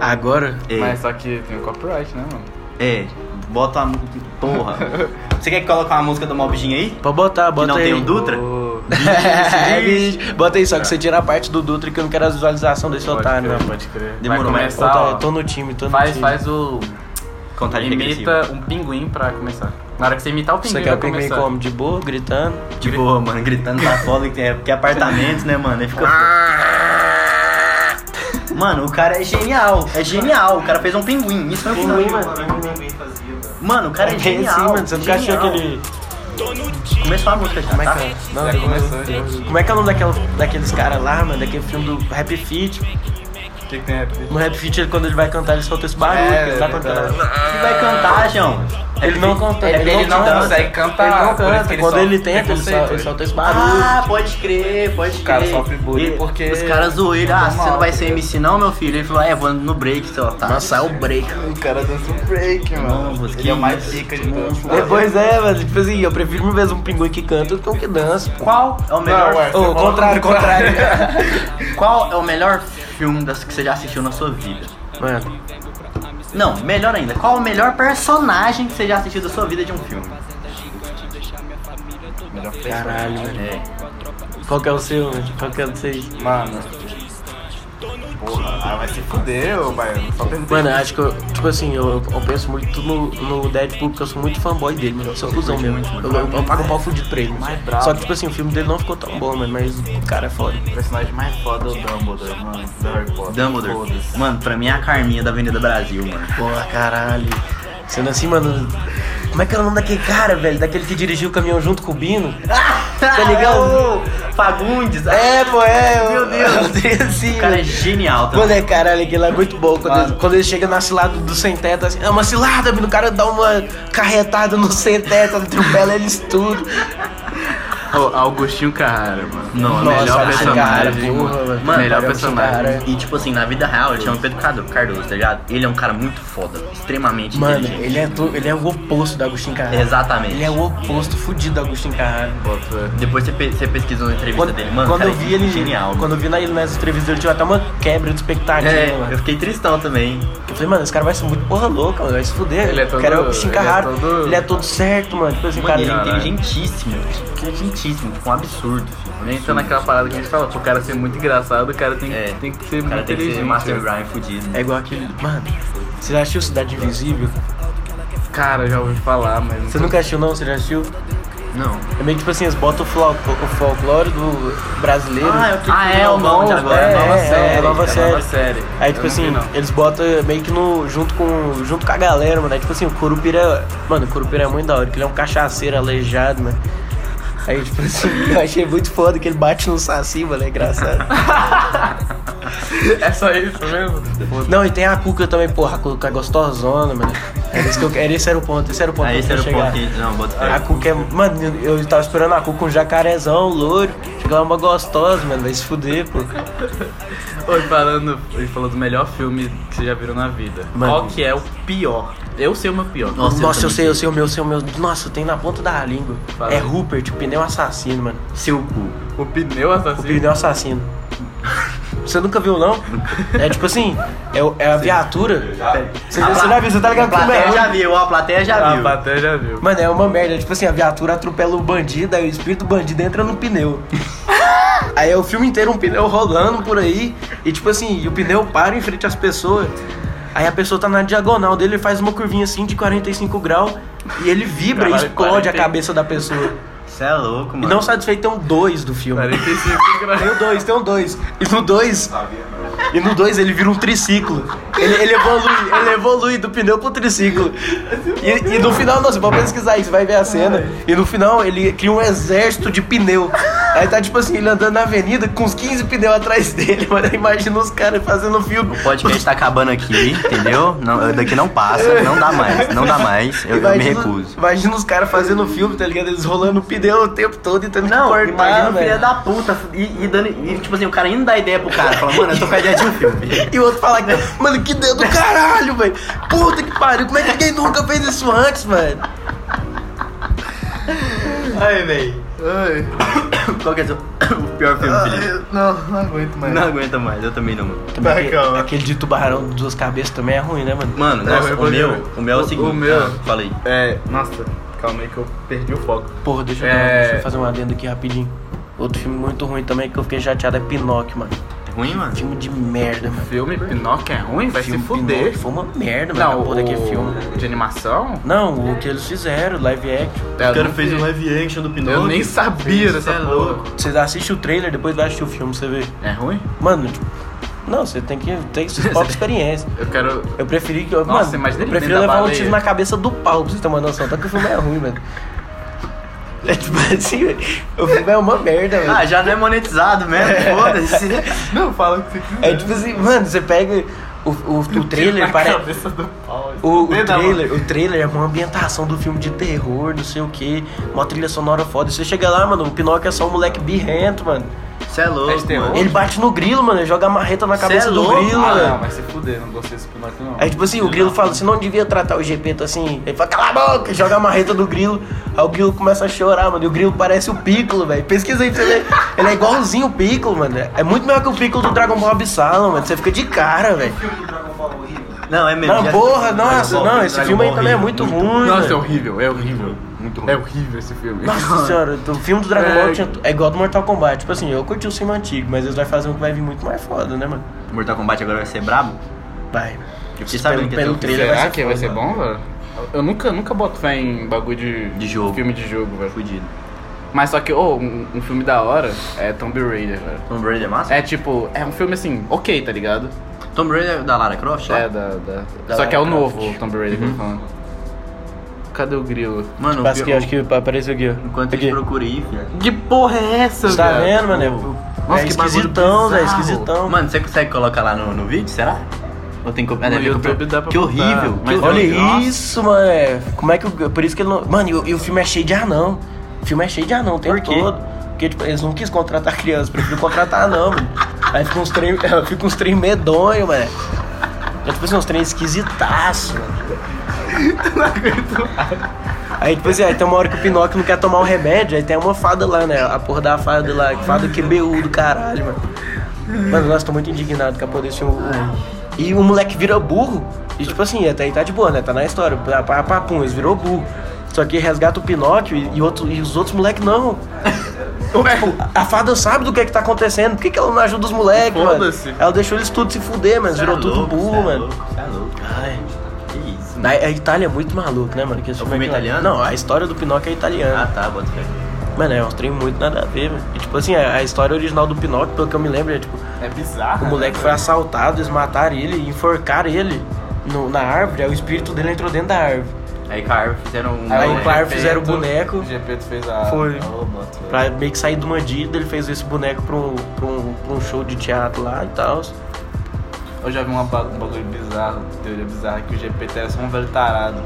Agora?
É,
Mas só que tem o copyright, né, mano?
é bota uma. mu- Porra. você quer que coloque uma música do Mobjinho aí?
Pode botar, bota
que não
aí.
tem o Dutra?
Ô,
É, bicho. Bota aí, só que você tira a parte do Dutra que eu não quero a visualização desse
Pode
otário,
crer,
não.
pode crer.
Demorou,
Vai
mas-
começar,
Tá,
ó.
eu tô no time, tô no
Faz,
time.
faz o...
Contagem regressiva.
Imita um pinguim pra começar. Na hora que você imitar o pinguim,
Você quer
vai
o pinguim
começar.
como? De boa, gritando?
De boa, mano, gritando pra foda, que é- porque é apartamento, né, mano? Ele fica.
Ah.
Mano, o cara é genial, é genial. O cara fez um pinguim, isso é um pinguim, mano.
Ninguém fazia, mano.
Mano, o cara é
Bem
genial.
assim, mano, você nunca achou
genial.
aquele...
Começou a música já,
Como é
tá?
que é? Não,
Já
tem-
começou, já começou.
Como é que é o nome daquela, daqueles caras lá, mano? Daquele filme do Rap Fit.
O que, que tem a ver?
No Rap Fit, ele, quando ele vai cantar, ele solta esse barulho.
É,
que ele tá cantando.
Ele vai cantar, João.
Ele não canta.
É porque ele não
canta.
consegue cantar,
Ele não
por isso
canta.
que ele
Quando
solta.
ele tenta, ele solta,
né?
ele solta esse barulho.
Ah, pode crer, pode crer.
cara sofre bullying
E-
porque-
Os caras zoam ele. Ah,
Tá
você
mal,
não vai
tá
ser
ligado?
MC não, meu filho? Ele falou, é, vou no break, tá? seu otário.
Nossa, é o break.
O cara dança um break,
mano. Ele é o mais pica de todos.
Depois é, mano. Tipo assim, eu prefiro mil vezes um pinguim que canta do que um que dança. pô.
Qual é o melhor...
ué.
Ô, contrário, contrário.
Qual é o melhor filme das que você já assistiu na sua vida?
Mano,
Não, melhor ainda, qual é o melhor personagem que você já assistiu da sua vida de um filme?
caralho, mano.
É.
Qual que é o seu, mano? Qual que é o de vocês?
Mano. Porra, ah, vai se fuder, ô, Baiano. Só perguntei.
Mano, eu acho que eu, tipo assim, eu, eu penso muito no, no Deadpool, porque eu sou muito fanboy dele, mano. Eu sou cuzão mesmo. Eu, eu, eu pago um pau fudido pra ele. mano.
Mais brabo.
Só que, tipo assim, o filme dele não ficou tão bom, mano, mas o cara é foda.
O personagem mais foda é o Dumbledore, mano. Do Harry Potter.
Dumbledore.
Foda-se.
Mano, pra mim é a Carminha da Avenida Brasil, mano.
Porra, caralho. Sendo assim, mano. Como é que é o nome daquele cara, velho? Daquele que dirigiu o caminhão junto com o Bino?
Tá
ligado?
Fagundes.
É, pô, é.
Meu
Eu
Deus.
tenho assim,
O cara é
mano.
genial também.
Mano, é caralho, aquilo é muito bom. Quando,
Mano.
ele, quando ele chega na cilada do sem teto, assim, é uma cilada, mano. O cara dá uma carretada no sem teto, atropela eles tudo.
Ô, Augustinho Carrara, mano.
Não,
melhor
Nossa,
personagem.
Carrara,
porra,
mano.
mano.
melhor
Augustinho Carrara.
personagem.
E tipo assim, na vida real, ele chama Pedro Cadu- Cardoso, tá ligado? Ele é um cara muito foda, extremamente
Mano,
inteligente.
ele é, do- ele é o oposto do Agostinho Carrara.
Exatamente.
Ele é o oposto fudido do Agostinho Carrara.
Bota-
Depois você, pe- você pesquisa uma entrevista
é- Quando,
dele, mano.
quando
cara,
eu vi
é
ele.
Genial.
Quando eu vi na- ele nessa entrevista, ele tinha até uma quebra de expectativa,
É,
mano.
eu fiquei tristão também.
Eu falei, mano, esse cara vai ser muito porra louca, mano. Vai se fuder.
Ele é todo-
o cara é o Agostinho
ele é
Carrara.
todo-
Ele é todo certo, mano. Tipo assim,
Mano,
cara.
ele é
Caralho.
inteligentíssimo. Inteligentíssimo, tipo um absurdo, filho. Um
Nem tá
absurdo.
naquela parada que a gente fala, pro cara ser muito engraçado, o cara tem,
É.
tem que ser
O cara
muito
tem que ser Master
inteligente.
Brian fudido.
É igual aquele. Mano, você já assistiu Cidade Invisível?
Cara, eu já ouvi falar, mas.
Você nunca assistiu, não? Você já assistiu?
Não.
É meio que tipo assim, eles botam o, fol- o folclore do brasileiro.
Ah, eu que
Ah, é,
o
o
nome
novo,
agora.
é,
É,
nova
nova
é,
série.
é, nova
é
série.
série.
Aí,
Eu
tipo
não vi,
assim,
não.
eles botam meio que no, junto, com, junto com a galera, mano. Aí, tipo assim, o Curupira. Mano, o Curupira é muito da hora, que ele é um cachaceiro aleijado, mano. Aí, tipo assim, eu achei muito foda que ele bate no saci, mano. É engraçado.
É só isso mesmo?
Não, e tem a Cuca também, porra. A Cuca é gostosona, mano. Era isso que eu, era- esse era o ponto, esse era o ponto
Ah,
que eu
esse era o
queria chegar.
ponto que. Não, bota fé.
A Cuca é. Mano, eu tava esperando a Cuca com um jacarezão, loiro. Chegar é uma gostosa, mano. Vai se fuder, pô.
Oi, falando, ele falou do melhor filme que você já viram na vida.
Mano.
Qual que é o pior? Eu sei o meu pior.
Nossa, eu
Nossa, eu
também
sei, eu sei o meu, eu sei o meu. Nossa, tem na ponta da língua.
Fala.
É Rupert, o pneu assassino, mano.
Seu cu.
O pneu
O
assassino.
pneu assassino. Você nunca viu, não? É tipo assim, é, o- é a viatura.
Eu já vi.
Você,
A
você
pla-
já viu, você tá ligado
A
como
plateia
é?
já viu, ó, a plateia já
A
viu.
plateia Ah, já viu.
Mano, é uma merda. Tipo assim, a viatura atropela o bandido, aí o espírito do bandido entra no pneu. aí é o filme inteiro um pneu rolando por aí. E tipo assim, e o pneu para em frente às pessoas. Aí a pessoa tá na diagonal dele, ele faz uma curvinha assim de 45 graus e ele vibra
Caralho,
e explode
40.
a cabeça da pessoa.
Você é louco,
E
mano.
não satisfeito, tem um 2 do filme.
45 graus.
Tem um 2, tem um 2. E no 2,
Sabia,
e
não.
no 2 ele vira um triciclo. Ele, ele evolui, ele evolui do pneu pro triciclo. E, e no final, não, você pode pesquisar aí, você vai ver a cena. E no final ele cria um exército de pneu. Aí tá tipo assim, ele andando na avenida com uns 15 pneus atrás dele, mano. Imagina os caras fazendo filme.
O podcast tá acabando aqui, entendeu? Não, daqui não passa, não dá mais, não dá mais. Eu, eu me
Imagina-
recuso.
Imagina os caras fazendo filme, tá ligado? Eles rolando o pneu o tempo todo e tentando
Não,
cortar,
imagina o
velho.
filho da puta e, e dando. E, tipo assim, o cara indo dar ideia pro cara. Fala, mano, eu tô com a ideia de um filme.
E o outro fala que, mano, que dedo do caralho, velho. Puta que pariu, como é que ninguém nunca fez isso antes, mano?
Ai, velho. Qual que é o seu- o pior filme, Felipe?
Não, não aguento mais.
Não aguenta mais, eu também não, mano.
Também
Vai,
aquele,
Tá, calma.
aquele de tubarão de duas cabeças também é ruim, né, mano?
Mano,
Não,
nossa,
eu
o
vou-
meu, o meu é o
o- o
seguinte.
meu-
Ah, fala aí.
É, nossa, calma aí que eu perdi o foco.
Porra, deixa eu,
É.
deixa eu fazer um adendo aqui rapidinho. Outro filme muito ruim também que eu fiquei chateado é Pinóquio, mano.
Ruim, mano?
Filme de merda, mano.
Filme Pinóquio é ruim? Vai
filme
se fuder.
Pinóquio é foi uma merda, mano.
Não,
a Tá porra daquele filme.
o... de animação?
Não, o que eles fizeram, live action.
O cara fez um live action do Pinóquio.
Eu nem sabia dessa
Você é
porra.
louco.
Vocês assistem o trailer, depois vai assistir o filme, você vê.
É ruim?
Mano, tipo, não, você tem que ter sua própria experiência.
Eu quero...
Eu preferi que. eu-
Nossa,
mano,
imagina
eu
ele
preferi
dentro da
levar um
baleia.
tiro na cabeça do pau, pra vocês terem uma noção. Tá que o filme é ruim, velho. É tipo assim, velho, o filme é uma merda, velho.
Ah, já não é monetizado mesmo, foda-se.
Não, fala o que você quiser.
É tipo assim, mano, você pega o, o, o trailer,
Na
parece.
cabeça do pau.
O, o
Não,
trailer, o trailer é uma ambientação do filme de terror, não sei o que, uma trilha sonora foda. Você chega lá, mano, o Pinóquio é só um moleque birrento, mano.
Você é
É de
louco,
terror?
mano.
Ele bate no grilo, mano, ele joga a marreta na
Cê é
cabeça do
louco,
grilo,
Ah,
mano.
não, vai se fuder, não gostei desse Pinóquio não.
Aí, tipo assim, o grilo fala, você não devia tratar o Gepeto assim. Ele fala, cala a boca, joga a marreta do grilo. Aí o grilo começa a chorar, mano. E o grilo parece o Piccolo, velho. Pesquisa aí pra você ver. Ele é igualzinho o Piccolo, mano. É muito melhor que o Piccolo do Dragon Ball Absalom, mano. Você fica de cara, velho.
Filme do Dragon Ball horrível.
Não, é mesmo.
Não,
já-
porra,
Dragon
nossa,
Ball,
não, esse
Dragon
filme aí
Ball
também é
horrível.
muito ruim,
Nossa, é
mano.
horrível, é horrível.
Muito ruim.
É horrível esse filme.
Nossa senhora, o filme do Dragon
É.
Ball tinha- é igual do Mortal Kombat. Tipo assim, eu curti o filme antigo, mas eles vão fazer um que vai vir muito mais foda, né, mano?
Mortal Kombat agora vai ser brabo?
Vai.
Vocês sabem
pelo-
que
pelo
tem
trailer
Será
vai ser
que vai
foda,
ser
mano.
bom, velho? Eu nunca, nunca boto fé em bagulho de,
De jogo.
filme de jogo, velho.
Fudido.
Mas só que, ô, um, um filme da hora é Tomb Raider, velho.
Tomb Raider é massa?
É tipo, é um filme assim, ok, tá ligado?
Tomb Raider é da Lara Croft? lá?
É, da. da- Uhum.
Da
só que é o
Lara Croft.
novo Tomb Raider que eu tô falando. Cadê o grilo?
Mano,
Mas
o
que
pior-
acho que apareceu aqui, ó.
enquanto
aqui.
eles procuram aí, filho.
Que porra é essa,
Tá
velho?
vendo, mano?
Nossa,
é
que bagulho
esquisitão, velho.
bizarro.
Esquisitão.
Mano, você consegue colocar lá no, no vídeo, será? Ou tem que...
No YouTube dá pra
Que
botar,
horrível. que
mas
horrível.
Olha
Nossa.
isso, mano. é. Como é que. o- Por isso que ele não. Mano, e o, e o filme é cheio de anão. O filme é cheio de anão o tempo
Por quê?
todo. Porque tipo, eles não quis contratar criança, prefiro contratar anão, mano. Aí fica uns trem, fica uns trem medonho, mano. É tipo assim, uns trem esquisitaço, mano. Aí, tipo assim, aí tem uma hora que o Pinóquio não quer tomar o remédio, aí tem uma fada lá, né? A porra da fada lá, que fada QBU do caralho, mano. Mano, nossa, tô muito indignado com a porra desse filme. E o moleque vira burro. E tipo assim, até aí tá de boa, né? Tá na história. Pá, pá, pá, pum, eles virou burro. Só que resgata o Pinóquio e, e outro- e os outros moleques não. Tipo, a fada sabe do que é que tá acontecendo. Por que, que ela não ajuda os moleques, mano?
Foda-se.
Ela deixou eles tudo se fuder, mas
Cê é
virou tudo
louco,
burro,
cê é
mano.
louco, cê é louco.
Ai.
Que isso,
Na- A Itália é muito maluca, né, mano? Que esse
É um
filme
filme
aqui-
italiano?
Não, a história do Pinóquio é italiana.
Ah, tá, bota fé.
Mano, é um trem muito nada a ver, velho. E, tipo assim, a, a história original do Pinóquio, pelo que eu me lembro, é tipo,
É bizarro.
o moleque foi assaltado, eles mataram ele, enforcaram ele no- na árvore, aí o espírito dele entrou dentro da árvore.
Aí com a árvore fizeram um...
Aí
um-
o Claro fizeram o boneco.
É, O Gepeto fez a.
Foi.
a tá robota.
Pra meio que sair do bandido, ele fez esse boneco pra um, pra um, pra um show de teatro lá e tal.
Eu já vi uma ba- um bagulho bizarro, teoria bizarra, que o GPT era só um velho tarado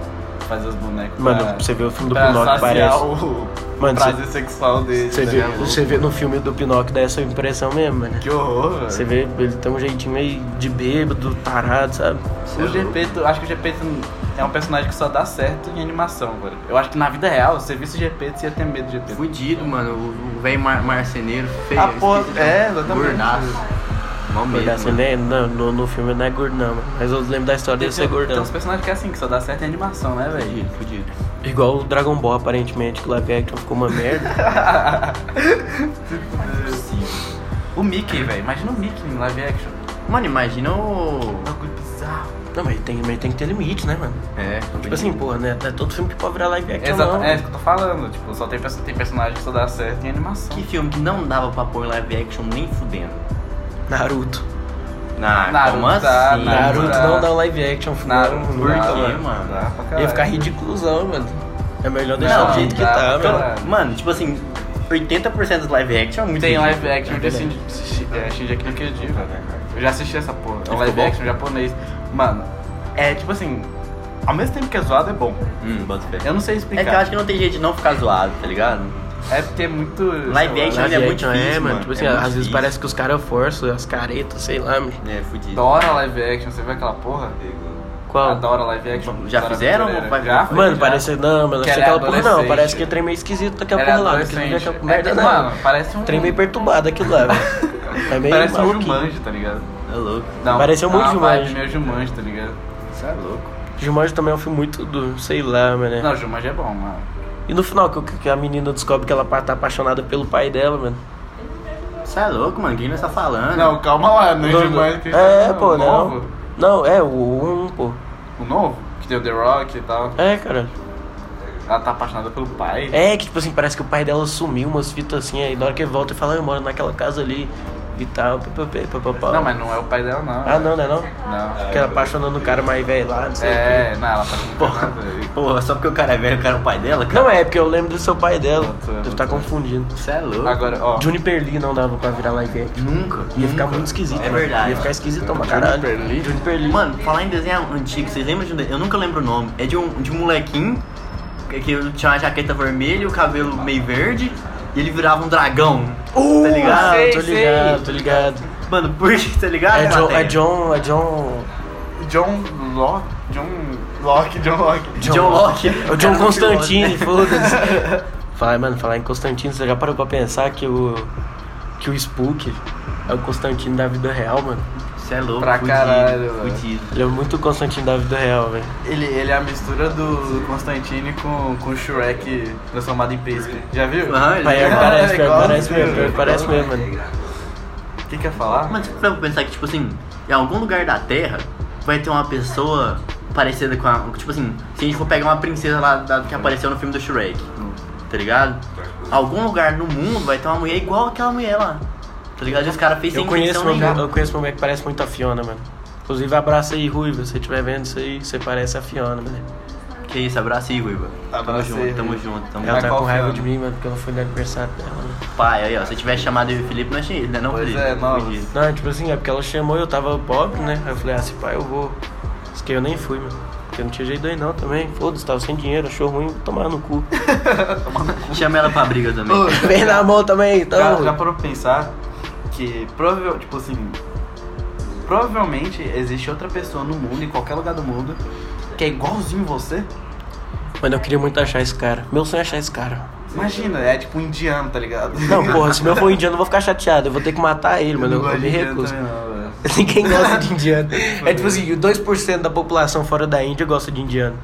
fazer os bonecos.
Mano,
pra-
você vê o filme do
É. pra
Pinóquio,
saciar
parece.
o
Mano,
prazer sexual dele.
Você
tá
vê,
ligado?
você vê no filme do Pinóquio, dá essa impressão mesmo, mano.
Que horror, velho.
Você vê, ele tem um jeitinho meio de bêbado, tarado, sabe?
O GPT, é acho que o GPT é um personagem que só dá certo em animação, velho. Eu acho que na vida real, se você visse o GPT, você ia ter medo do
é
GPT.
Fudido, mano. O, o velho mar- marceneiro feio.
Ah, porra,
esquisito,
é, exatamente.
um Gordaço. Mal mesmo.
Gordaço, ele é- não, no, no filme ele não é gordo, não, mano. Mas eu lembro da história dele ser
Tem
gordão.
uns personagens que é assim, que só dá certa animação, né, velho?
Fudido, fudido.
Igual o Dragon Ball, aparentemente, que o live action ficou uma merda.
é O Mickey, velho. Imagina o Mickey em live action.
Mano, imagina o.
Bagulho bizarro.
não, mas tem, mas tem que ter limite, né, mano?
É,
Tipo assim, porra, né? Não é todo filme que pode virar live action,
Exato,
não.
é isso que eu tô falando. Tipo, só tem, perso- tem personagem que só dá certo em animação.
que filme que não dava pra pôr em live action nem fudendo?
Naruto.
Na,
Naruto
como
tá,
assim?
Naruto.
Naruto não dá um live action, filho.
Naruto,
Por
dá,
quê,
quê?
mano?
Dá pra caralho.
Ia ficar ridiculosão, mano. É melhor deixar
Não,
do jeito que
dá
tá,
pra
mano.
caralho.
Mano, tipo assim, 80% dos live action é muito
Tem live
ridículo.
action de Shin- Shin- é, Shinjaki no Kyojin, velho. Eu já assisti essa porra. É um
né, Ficou
live
bom?
action japonês. Mano, é tipo assim... Ao mesmo tempo que é zoado, é bom.
Hum, bota fé.
Eu não sei
É que eu
explicar.
acho que não tem jeito de não ficar zoado, tá ligado?
É porque é muito...
Live
sei lá, né?
action é muito difícil, mano.
Tipo assim,
É
às
muito
vezes
difícil.
parece que os caras forçam as caretas, sei lá, mano.
É, fudido.
Adora live action. Você viu aquela porra?
Qual?
Adora live action.
Já
Adora
fizeram?
brasileira.
Vai-
Já,
Mano,
já.
parece. Não, mas não
Que ela é
sei aquela porra, não.
adolescente.
Parece que é trem meio esquisito daquela
Ela é
porra lá. porque não
adolescente.
é aquela
É,
merda, não.
mano, parece um...
Trem meio perturbado aquilo lá, velho. É meio
Parece um
maluquinho.
Jumanji, tá ligado?
É louco.
Não,
Pareceu muito
dá uma vibe
Jumanji.
meio Jumanji, tá ligado?
Isso é louco.
Jumanji também é um filme muito do, sei lá, mano.
Não, Jumanji é bom, mano.
E no final, que, que a menina descobre que ela pa- tá apaixonada pelo pai dela, mano.
Isso é louco, mano. Quem nós tá falando?
Não, calma lá, não é
Do-
Jumanji. que-
É, pô,
o
não.
Novo,
Não, é, o 1, um, pô.
o novo, que tem o The Rock e tal.
É, cara.
Ela tá apaixonada pelo pai.
É, que tipo assim, parece que o pai dela sumiu umas fitas assim, aí na hora que ele volta e fala, "Ah, eu moro naquela casa ali e tal, papapá, papapá.
Não, mas não é o pai dela, não.
Ah, não, não é não?
Não.
Porque ela apaixonando o cara mais velho lá, não sei o quê.
É, não, ela tá com
Porra. Porra, só porque o cara é velho, o cara é o pai dela, cara?
Não é, porque eu lembro do seu pai dela.
Não, tô-
Deve estar
tô-
confundindo.
Isso é louco.
Agora, ó.
Juniper Lee não dava pra virar live action.
Nunca.
Ia ficar
nunca.
muito esquisito,
É
mano.
verdade.
Ia ficar esquisitão pra caralho.
Juniper Lee?
Juniper Lee.
Mano, falar em desenho antigo, vocês lembram de um desenho? Eu nunca lembro o nome. É de um, de um molequinho que- que tinha uma jaqueta vermelha, o cabelo meio verde, e ele virava um dragão.
Uh,
tá ligado?
sei, tô
sei.
ligado, tô ligado.
Mano, por que, tá ligado?
É John, é
matéria?
John, é John...
John Locke. John Locke, John Locke.
John, Locke.
É o John Constantine, foda-se. Fala, mano, falar em Constantine, você já parou pra pensar que o. que o Spook é o Constantine da vida real, mano?
Isso é louco,
Pra
fudido,
caralho, mano.
fudido.
Ele é muito o Constantine da vida real, velho.
Ele, ele é a mistura do do Constantine com, com o Shrek transformado em príncipe. Já viu?
Aham, ele-
Pai, parece,
é
pior que parece
igualzinho,
mesmo, pior que parece mesmo, mano.
O que quer falar?
Mas pra eu pensar que, tipo assim, em algum lugar da Terra vai ter uma pessoa parecida com a. Tipo assim, se a gente for pegar uma princesa lá da- que apareceu no filme do Shrek, tá ligado? Algum lugar no mundo vai ter uma mulher igual aquela mulher lá. Tá ligado? E os caras fez sem
Eu conheço,
então
intenção
uma,
nenhuma.
eu conheço uma mulher que parece muito a Fiona, mano. Inclusive, abraça aí, Ruiva. Se você estiver vendo isso aí, você parece a Fiona, mano.
Que isso, abraço aí, Ruiva. Tamo
Abraço aí,
junto, tamo
Ruiva.
junto, tamo
Ela
junto.
tá
qual
com raiva
Fiona?
de mim, mano, porque eu não fui no aniversário dela, mano.
Pai, aí, ó. Se eu tivesse chamado eu e o Felipe, nós tinha ido, né, não,
Pois
Felipe?
é, nós.
Fudido.
Não, tipo assim, é porque ela chamou e eu tava pobre, né? Aí eu falei, ah, se pá, eu vou. Isso que eu nem fui, mano. Porque eu não tinha jeito aí não também. Foda-se, tava sem dinheiro, achou ruim, vou tomar no cu.
Chama ela pra briga também.
Vem na mão também, então.
Já, já parou pra pensar que provavelmente, tipo assim, provavelmente existe outra pessoa no mundo, em qualquer lugar do mundo, que é igualzinho você?
Mano, eu queria muito achar esse cara. Meu sonho é achar esse cara.
Imagina, é tipo um indiano, tá ligado?
Não, porra, se meu for indiano, eu vou ficar chateado. Eu vou ter que matar ele, mano. Eu, eu me recuso. Ninguém gosta de indiano. É tipo assim, 2% da população fora da Índia gosta de indiano.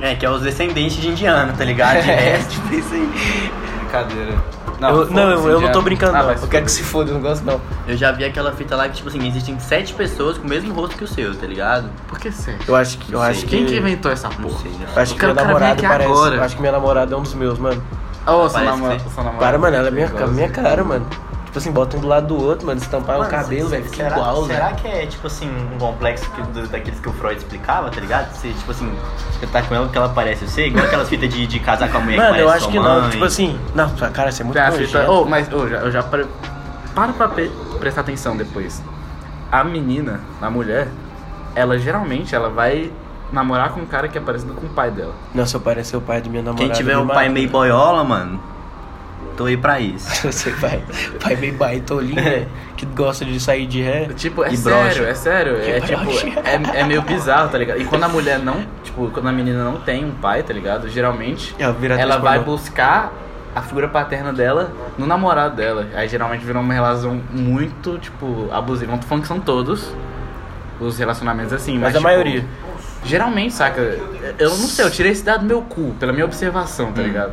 É, que é os descendentes de indiano, tá ligado?
É.
De resto.
tipo isso aí.
Brincadeira.
eu, não, eu,
foda-se,
eu não tô
indiano.
brincando,
Ah,
não.
vai se
Eu
foder.
quero que se foda, eu não gosto, não.
Eu já vi aquela fita lá que, tipo assim, existem sete pessoas com o mesmo rosto que o seu, tá ligado?
Por que sete?
Eu acho que. Eu
Sei.
acho
Quem
que...
que inventou essa
Não
porra?
sei, né?
Eu acho que
Cara,
meu
o cara vem
namorado
aqui
parece.
agora.
eu acho que minha namorada é um dos meus, mano.
Ô, seu
Parece
namorado.
que-
seu namorado.
Para, mano, ela é minha,
Igualzinho.
minha cara, mano. Tipo assim, bota um do lado do outro, mano. Estampar o cabelo, velho. Fica
será,
igual,
Será
velho.
que é, tipo assim, um complexo que- do- daqueles que o Freud explicava, tá ligado? Você, tipo assim, você tá com ela porque ela parece você, igual aquelas fitas de, de casar com a mulher
Mano,
que
eu
parece
acho que
sua
não.
mãe.
Tipo assim. Não, sua cara, você é muito
Tá,
nojento.
fita. Ô, mas ô, já- eu já pre... para pra pe- prestar atenção depois. A menina, a mulher, ela geralmente ela vai namorar com um cara que é parecido com o pai dela.
Não, seu pai é seu pai de minha namorada.
Quem tiver
me
um pai
mata.
meio boiola, mano, tô aí pra isso.
Você vai. Pai meio baitolinho,
É.
né? Que gosta de sair de ré.
Tipo, é
E
sério,
broxa.
é sério. É
Que
tipo,
broxa.
é, é meio bizarro, tá ligado? E quando a mulher
É,
não, tipo, quando a menina não tem um pai, tá ligado? Geralmente
Ela vira atriz
ela vai
pornô.
buscar
a figura paterna dela no namorado dela. Aí geralmente virou uma relação muito, tipo, abusiva. Não tô falando que são todos os relacionamentos assim, mas.
a
tipo,
maioria.
Geralmente, saca? Eu não sei, eu tirei esse dado do meu cu, pela minha observação,
Hum.
tá ligado?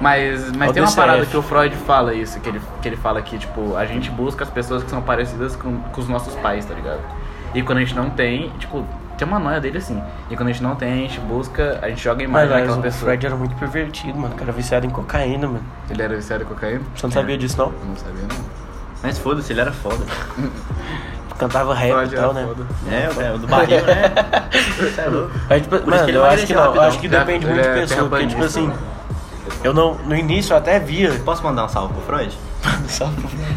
Mas, mas
Ó,
tem uma
DCF.
parada que o Freud fala isso, que ele, que ele fala que, tipo, a gente busca as pessoas que são parecidas com, com os nossos pais, tá ligado? E quando a gente não tem, tipo, tem uma noia dele assim. E quando a gente não tem, a gente busca, a gente joga a
Mas,
né,
imagem
mas
daquela
o
pessoa.
Fred era muito pervertido, mano. O cara é viciado em cocaína, mano.
Ele era viciado em cocaína?
É.
Você não sabia disso, não?
Eu não sabia, não.
Mas foda-se, ele era foda.
Cantava rap e
Freud era
tal, né?
foda.
É, o do barril, né? Isso é louco.
Mas, tipo,
isso
mano,
que ele
eu acho
emagrece
que não. Eu
rapidão.
acho que depende
Ele
muito
é
um
de pessoa. Porque, tipo assim,
terraplanista.
eu não. No início eu até via.
Posso mandar um salve pro Freud?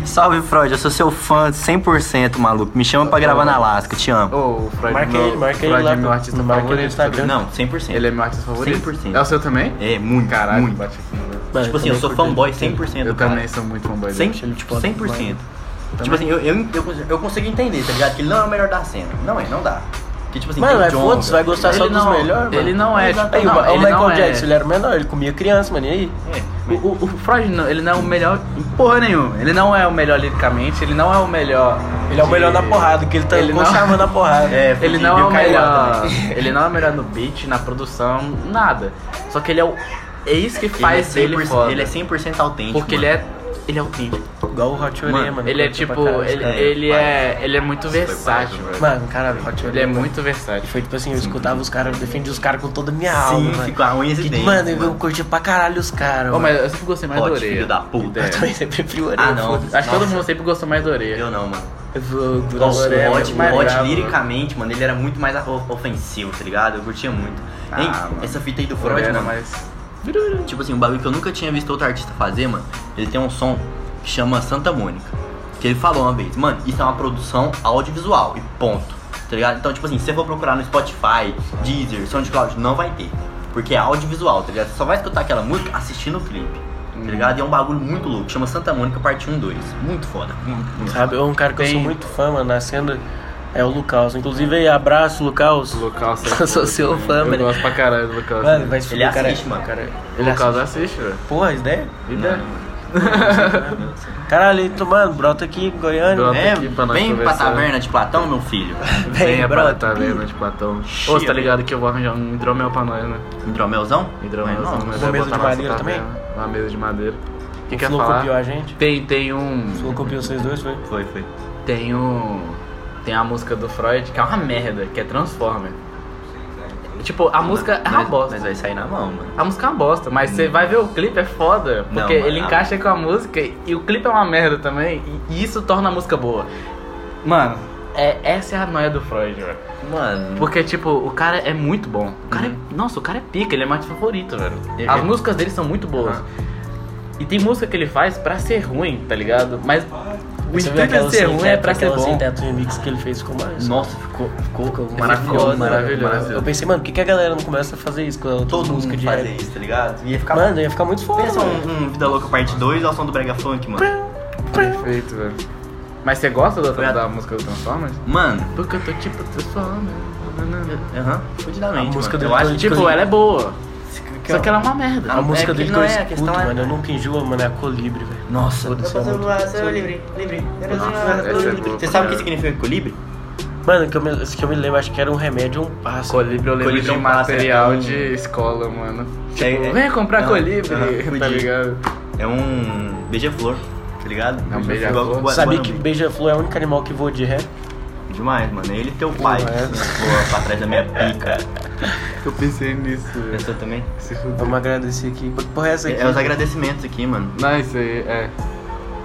Salve, Freud. Eu sou seu fã 100% maluco. Me chama pra gravar na Alaska. Te amo.
Ô, o Freud
Marca
meu-
ele, marca ele
Freud
lá
é meu
no-
artista
marca ele no
favorito.
Instagram.
Não.
Não, 100%.
Ele é meu artista favorito?
100%.
É o seu também?
É, muito,
Caralho,
muito.
bate aqui, né?
Mano,
Tipo assim,
eu
eu
também
sou
fui
fanboy 100% do
Eu
cara.
também sou muito fanboy dele.
100,
Deixa ele te falar
100%. Tipo assim, eu, eu, eu, eu consigo entender, tá ligado? Que ele não é o melhor da cena. Não é, não dá. Que tipo assim,
Mano,
tem o
é
Jonga.
foda-se, vai gostar só
Ele
dos
não-
melhores,
ele
mano.
não é,
Exato.
tipo,
Aí, o-
não,
o
ele
Michael
não é.
Jackson, ele era o menor, ele comia criança, mano, e aí?
É,
O, o- o Freud, não, ele não é o melhor em porra nenhuma. Ele não é o melhor liricamente, ele não é o melhor.
Ele é o
de-
melhor na porrada, que ele tá
Ele não-
chamando a porrada.
É, foi
Ele
que
não é
viu
o
Kaiowá
melhor.
também.
Ele não é o melhor no beat, na produção, nada. Só que ele é o. É isso que faz
ele
ele,
é 100%,
foda.
ele é 100% autêntico.
Porque ele é. Ele é autêntico.
Igual o Hot Oreia,
Mano,
mano.
Ele é
curtia pra
tipo.
caralho,
Ele,
cara.
ele é. Ele é muito versátil.
velho.
Mano, caralho, Hot
Ele é
Oreia.
muito versátil.
Foi tipo assim, eu escutava os caras, eu defendia os caras com toda a minha
Sim,
alma. é mano.
ficou a unha e
Que-
dentes,
Mano, eu
mano.
curtia pra caralho os caras.
Oh,
mano.
mas é. eu sempre gostei mais
Pode,
do Oreia.
filho da puta.
Ideia.
Eu também sempre fui orelha.
Ah, não.
foda-se.
Acho que todo
Nossa.
mundo sempre gostou mais do Oreia.
Eu não, mano.
Do, do
Nossa,
Oreia
é
o
era
Rod,
muito
o Rod,
bravo, né?
liricamente, mano, ele era muito mais o- ofensivo, tá ligado? Eu curtia muito.
Ah,
Hein,
mano.
essa fita aí do
O
Freud,
Oreia era
mano.
mais.
Tipo assim, um bagulho que eu nunca tinha visto outro artista fazer, mano. Ele tem um som que chama Santa Mônica. Que ele falou uma vez, mano, isso é uma produção audiovisual e ponto. Tá ligado? Então, tipo assim, se você for procurar no Spotify, Deezer, SoundCloud, não vai ter. Porque é audiovisual, tá ligado? Você só vai escutar aquela música assistindo o clipe. Tá ligado? E é um bagulho muito louco. Chama Santa Mônica Parte 1 2. Muito foda. Muito, muito.
Sabe, um cara que eu sou
Tem-
muito fã, mano, na cena é o Lucas. Inclusive, aí, abraço, Lucas.
O Lucas.
Eu sou seu fã,
Eu
mano.
gosto pra caralho do assim. Lucas.
Mano, vai se
Ele
fuder, cara.
assiste, mano.
Cara,
O
ele
Lucas
assiste.
assiste, velho.
Porra, isso daí? é
Vida.
Caralho, ele, mano, brota aqui, né? em Goiânia.
Brota.
É,
aqui pra nós
vem pra
conversar.
taverna de Platão, meu filho.
Vem,
Venha pra
brota.
taverna de Platão. tipo, Ô,
Chia,
você tá ligado que eu vou arranjar um hidromel pra nós, né?
Hidromelzão?
Hidromel.
Mas não,
nós
mas-
Uma
vai
mesa
botar
de
nossa
madeira também?
taverna, Uma mesa de madeira. O que
O
quer
Flow copiou
falar?
a gente.
Tem, tem um...
O Flow copiou vocês dois, foi?
Foi, foi.
Tem um... Tem a música do Freud, que é uma merda, que é Transformer. Tipo, a música é uma
mas,
bosta.
mas vai sair na mão, mano.
A música é uma bosta, mas você vai ver o clipe, é foda.
Não,
Porque
mas
ele
a-
encaixa com a música e o clipe é uma merda também. E, e isso torna a música boa. Mano, é, essa é a noia do Freud, velho.
Mano,
Porque, tipo, o cara é muito bom. O cara é- Nossa, o cara é pica, ele é mais favorito, velho.
Uhum. Ele- é
As músicas dele são muito boas.
Aham.
E tem música que ele faz pra ser ruim, tá ligado? Mas o
Você viu
intuito de
aquela
ser
assim,
sem
ruim é
né?
teto-
pra ser
aquela sem
bom.
teto remix que ele fez com mais?
nossa, ficou, ficou maravilhoso,
maravilhoso,
maravilhoso.
é maravilhoso.
Eu pensei, mano, por que, que a galera não começa a fazer isso com a
Todo
música
mundo
de
fazer
rap?
isso, tá ligado? Ia ficar
Mano, ia ficar muito foda,
Pensa
mano.
um, um Vida Louca Parte 2 ao som do Brega Funk, mano.
Perfeito, velho. Mas você gosta da,
Obrigado.
da música do Transformers?
Mano,
Porque eu tô tipo Transformers.
aham, fodidamente.
A música
mano.
do
Eu acho
Tony-
que
Tipo, ela é boa.
que
Só que ela é uma merda.
A
É
música
que
dele que
não
eu
é a
escuto,
questão é-
mano, eu nunca enjoo, mano, é a Colibre, velho.
tipo, Nossa, tá
Foda-se, é muito-
Essa é boa
Você
pra
sabe o que
caralho.
significa colibre?
Mano, que eu, me, que eu me lembro, acho que era um remédio ou um passo.
Colíbrio eu lembro
Colíbrio é
de
um
material
pássaro, é um-
de escola, mano. Tipo,
É, é-
venha comprar
não,
colíbrio,
aham,
tá
podia.
ligado?
É um beija-flor, tá ligado?
É um beija-flor.
Igual- igual-
Sabia
igual-
que beija-flor é o único animal que voa de ré?
Demais, mano. Ele e teu pai.
Porra, é.
assim, Boa, pra trás da minha pica.
Eu pensei nisso. velho.
Pensou também?
Se fudeu.
Vamos agradecer aqui. Que Porra, é essa aqui?
É os agradecimentos aqui, mano.
Não, isso aí é.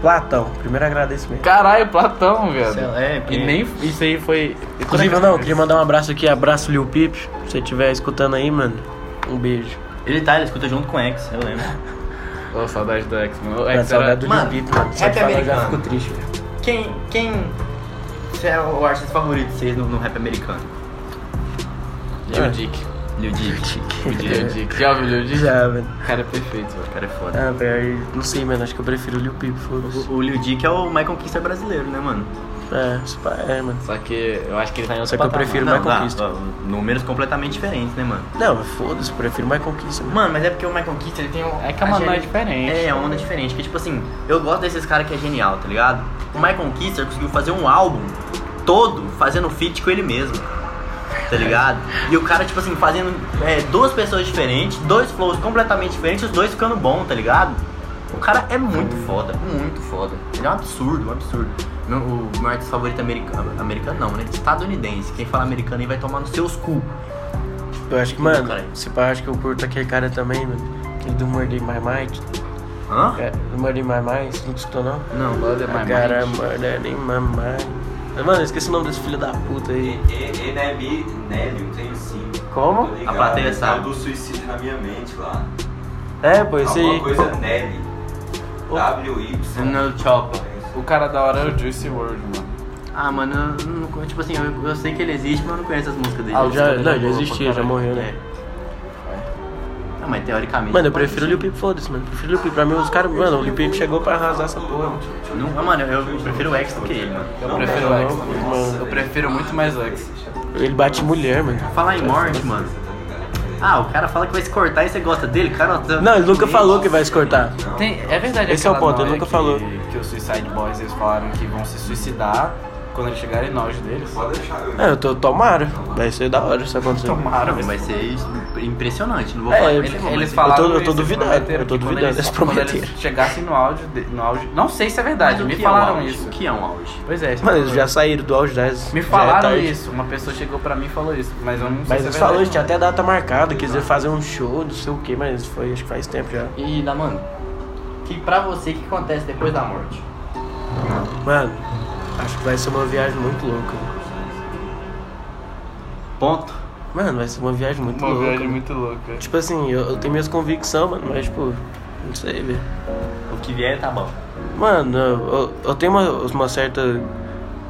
Platão, primeiro agradecimento.
Caralho, Platão, velho.
Sei lá, é, porque-
E nem isso aí foi.
Inclusive, não, eu queria mandar um abraço aqui, abraço Lil Peep. Se você estiver escutando aí, mano, um beijo.
Ele tá, ele escuta junto com o X, eu lembro.
Ô, saudade do X, mano. O
Mano,
X era.
saudade do
Mano,
Lil Peep, mano. Só
rap
de falar, eu já
americano.
fico triste, velho.
Quem. Quem. Você é o artista favorito de vocês no, no rap americano?
Lil Dick.
Lil Dick. Lil
Lil
Dick.
Dick. Já ouviu Lil Dick?
É. Já, velho.
O cara é perfeito, velho.
O cara é foda.
Ah, velho, não sei, mano, acho que eu prefiro o Lil Peep, foda-se.
O, o Lil Dick é o Michael Kister brasileiro, né, mano?
É, se pá, é, mano.
Só que eu acho que ele tá em outro
Só que eu
patamar.
prefiro
Não,
mais
dá,
conquista.
números completamente diferentes, né, mano?
Não, foda-se, eu prefiro mais conquista. Mano.
Mano, mas é porque o Michael Keaton, ele tem um...
É que é uma
a
onda
geni-
diferente.
É, é
um
uma onda diferente. Que, tipo assim, eu gosto desses caras que é genial, tá ligado? O Michael Keaton conseguiu fazer um álbum todo fazendo feat com ele mesmo. Tá ligado? E o cara, tipo assim, fazendo é, duas pessoas diferentes, dois flows completamente diferentes, os dois ficando bom, tá ligado? O cara é muito foda, muito foda. Ele é um absurdo, um absurdo. Meu, o meu artista favorito americano, americano não, né? Estadunidense. Quem fala americano aí vai tomar nos seus cu.
Eu acho que, mano,
Caralho.
se pá, eu acho que eu curto aquele cara também, mano. Aquele do Murder My Might.
Hã?
É, tá do Murder My Might, não escutou não?
Não,
Mother My
Cara,
Mind.
Murder My Might. Mano, eu esqueci o nome desse filho da puta aí.
Enemi, Nélio, né, tenho sim.
Como?
Tô ligado,
A plateia
é o
sabe.
do suicídio na minha mente lá.
É, pô, esse
Alguma
aí.
coisa Nelly.
Oh.
W-Y.
No Chopper.
O cara da hora é o Juicy World, mano.
Ah, mano, eu não, tipo assim, eu, eu sei que ele existe, mas eu não conheço as músicas dele.
Ah,
As
já-
músicas dele
não,
é boa
já
pra
existia, já
caralho.
morreu, né?
É. Não, mas teoricamente.
Mano, eu
pode
prefiro o Lil
existir.
Peep, foda-se, mano. Prefiro o Lil Peep. Pra mim, os caras. Mano, o Lil Peep chegou pra arrasar essa porra. mano.
Não, ah, mano, eu, eu prefiro o X do que ele, mano.
Eu
Não,
prefiro
não,
o X.
não,
também.
nossa,
eu
velho.
prefiro muito mais o X.
Ele bate mulher, mano.
Falar em morte, mano. Ah, o cara fala que vai se cortar e você gosta dele, cara. tá-
Não, ele nunca falou que vai se cortar.
Tem- é verdade.
Esse é o
aquela
ponto, ele
noia
nunca
que,
falou.
Que os Suicide Boys eles falaram que vão se suicidar quando eles chegarem no auge deles.
Pode deixar eu.
É, eu tô, tomara. Vai ser da hora isso acontecer.
Tomaram,
Vai ser isso, impressionante, não vou falar.
É,
que vai ser bom,
Eles
mas-
falaram
eu tô- eu tô
isso,
duvidando,
prometeram
eu tô
que quando
duvidando,
eles-
eles
quando
prometeram.
eles chegassem no auge, de- no auge. Não sei se é
Mas
verdade,
o
me
que é um
falaram
auge?
isso.
O que é um auge?
Pois é,
Mano, eles já saíram do auge né? 10.
Me falaram isso, uma pessoa chegou pra mim e falou isso, mas eu não sei
é Mas
se é
eles
verdade.
falaram, tinha até data marcada, quis dizer fazer um show, não sei o que, mas foi, acho que faz tempo já.
E, da mano, que pra você, o que acontece depois da morte?
Mano, acho que vai ser uma viagem muito louca.
Ponto.
Mano, vai ser uma viagem muito louca.
muito louca.
Tipo assim, eu, eu tenho minhas convicções, mano, mas tipo, não sei, velho.
O que vier tá bom.
Mano, eu, eu- eu tenho uma, uma certa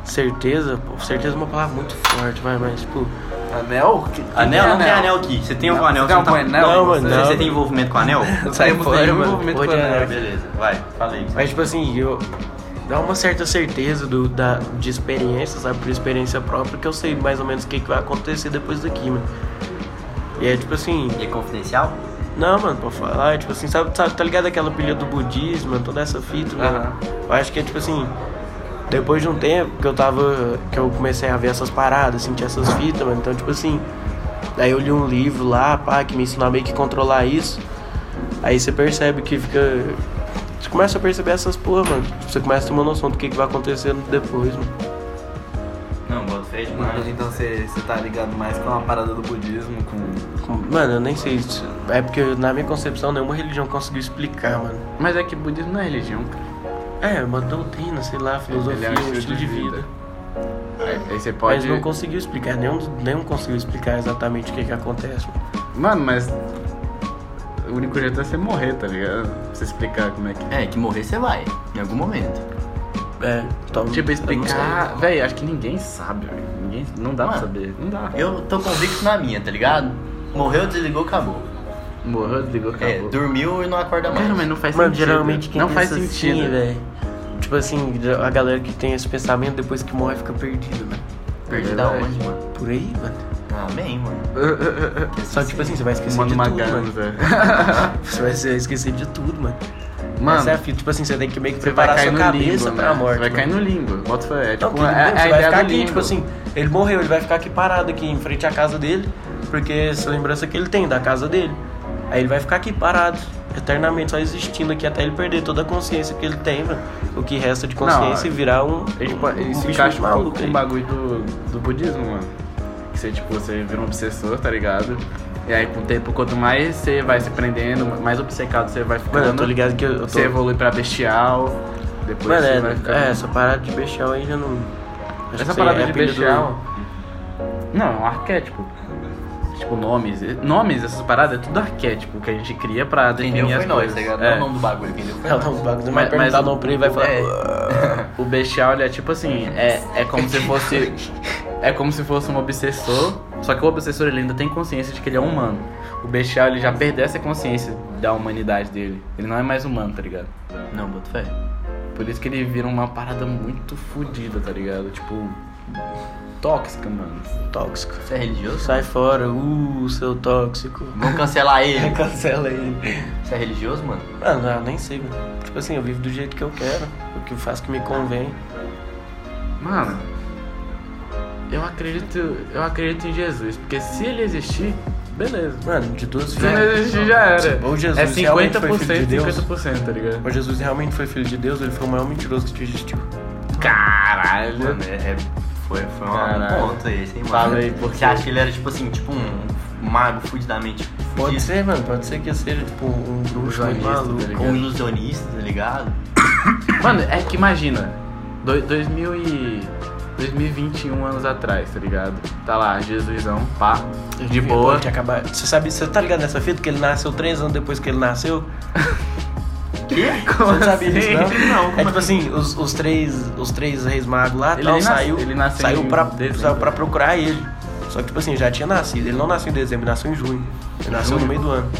certeza, pô, certeza é uma palavra muito forte, vai, mas tipo.
Anel? Que- que
Anel? Não tem
anel?
anel aqui. Você tem algum
Não,
anel?
você tem
Você tá-
algum anel?
Não,
Você-
mano, não.
Você tem envolvimento com anel?
Não temos
fora,
nenhum
mano. é
envolvimento com
Pode
anel.
anel.
Beleza, vai, fala aí.
Mas tipo assim, eu dá uma certa certeza do, da, de experiência, sabe? Por experiência própria, que eu sei mais ou menos o que, que vai acontecer depois daqui, mano. E é tipo assim,
E é confidencial?
não, mano, pra falar, é tipo assim, sabe, sabe, tá ligado aquela pilha do budismo, toda essa fita, mano?
Aham.
Eu acho que é tipo assim, depois de um tempo que eu tava. que eu comecei a ver essas paradas, sentir essas fitas, mano. Então, tipo assim, daí eu li um livro lá, pá, que me ensinou a meio que controlar isso. Aí você percebe que fica. Você começa a perceber essas porra, mano. Você começa a ter uma noção do que, que vai acontecer depois, mano.
Não, boto fé demais.
Mano, então você você tá ligado mais com a parada do budismo, com...
Mano, eu nem sei isso. É porque na minha concepção nenhuma religião conseguiu explicar, mano.
Mas é que budismo não é religião, cara. é
É, uma doutrina, sei lá, filosofia, um estilo de vida.
Aí, aí você
Mas
pode...
não conseguiu explicar, nenhum, nenhum conseguiu explicar exatamente o que que acontece.
Mano, mas... O único jeito é você morrer, tá ligado? Pra você explicar como é que...
É, que morrer você vai, em algum momento.
É, então,
Tipo,
eu não sei.
explicar... Véi, acho que ninguém sabe, velho. Ninguém... Não dá pra
Mano,
saber. Não dá.
Eu tô convicto na minha, tá ligado? Morreu, desligou, acabou.
Morreu, desligou,
É,
acabou.
dormiu e não acorda mais.
Cara, mas não faz
Mano,
sentido. né?
geralmente quem
não faz
pensa
sentido.
assim, velho. Tipo assim, a galera que tem esse pensamento depois que morre fica perdida, né?
Perdi da
É Verdade.
onde, mano?
Por aí, mano.
Amém, mano.
Só que, tipo assim, você vai esquecer
Mano
de tudo,
Magano,
mano.
velho.
Você vai se- esquecer de tudo, mano.
Mano,
Essa é a fita. Tipo assim, você tem que meio que
Você vai
preparar
cair
sua
no
cabeça
limbo, né?
pra morte.
Vai cair
mano.
no limbo. Bota fé. É
Não,
tipo,
que
é, é a
limbo, você vai
ideia
ficar
do
aqui,
limbo.
tipo assim, ele morreu, ele vai ficar aqui parado aqui em frente à casa dele, porque essa lembrança que ele tem da casa dele. Aí ele vai ficar aqui parado, eternamente, só existindo aqui até ele perder toda a consciência que ele tem, mano. O que resta de consciência
Não,
e virar um.
Ele,
um, um
se
bicho
encaixa com
maluco
com
aí.
o bagulho do, do budismo, mano. Que você, tipo, você vira um obsessor, tá ligado? E aí, com o tempo, quanto mais você vai se prendendo, mais obcecado você vai ficando.
Mano, eu tô ligado que eu, eu tô.
né? Você evolui pra bestial. Depois
Mano,
você
é,
vai ficar.
é, essa parada de bestial aí já não. acho que
Essa
isso
parada
aí é
de
apelido
bestial. Não, é um arquétipo. Tipo, nomes. Nomes, essas paradas, é tudo arquétipo que a gente cria pra
Quem
definir
deu
as
foi nós,
coisas.
tá ligado? Não é
É.
o nome do bagulho, quem deu foi
Não,
nós.
não, os bagulhos. Mas,
Mas- é.
perguntar
mas-
o nome pra ele vai falar.
É.
O bestial, ele é tipo assim, é, é como se fosse. É como se fosse um obsessor. Só que o obsessor ele ainda tem consciência de que ele é humano. O bestial ele já perdeu essa consciência da humanidade dele. Ele não é mais humano, tá ligado?
Não, boto fé.
Por isso que ele vira uma parada muito fodida, tá ligado? Tipo. Tóxica, mano.
Tóxico.
Você é religioso?
Sai fora, uh, seu tóxico.
Vamos cancelar ele.
Cancela ele.
Você é religioso, mano?
Mano, eu nem sei, mano. Tipo assim, eu vivo do jeito que eu quero, o que eu faço que me convém.
Mano, eu acredito, eu acredito em Jesus, porque se ele existir, beleza.
Mano, de duas Tipo,
Se ele existir, já era.
Ou É. Jesus
é
realmente foi filho de
50%,
Deus.
50%, tá ligado?
Ou Jesus realmente foi filho de Deus, ou ele foi o maior mentiroso que tipo, existiu.
Caralho.
Mano, é, é- foi, foi um
Caralho.
ponto esse, hein, mano?
Fala aí, por
Você
quê?
acha que ele era, tipo assim, tipo um mago fudidamente
Pode
fudido?
ser, mano, pode ser que eu seja, tipo, um bruxo muito
jornalista,
maluco.
tá ligado?
Ou um ilusionista, tá ligado?
Mano, é que imagina, do, 2000 e 2021 anos atrás, tá ligado? Tá lá, Jesusão, pá, de boa.
Pode acabar. Você sabe, você tá ligado nessa fita que ele nasceu três anos depois que ele nasceu?
Como
Você não sabia
assim?
disso, não?
como
É tipo assim, os, os três, os três reis magos lá,
Ele
tal,
nem nasce-
saiu,
ele nasceu
saiu,
em
pra,
dezembro.
saiu pra procurar ele. Só que, tipo assim, já tinha nascido. Ele não nasceu em dezembro, ele nasceu em junho. Ele nasceu no meio do ano.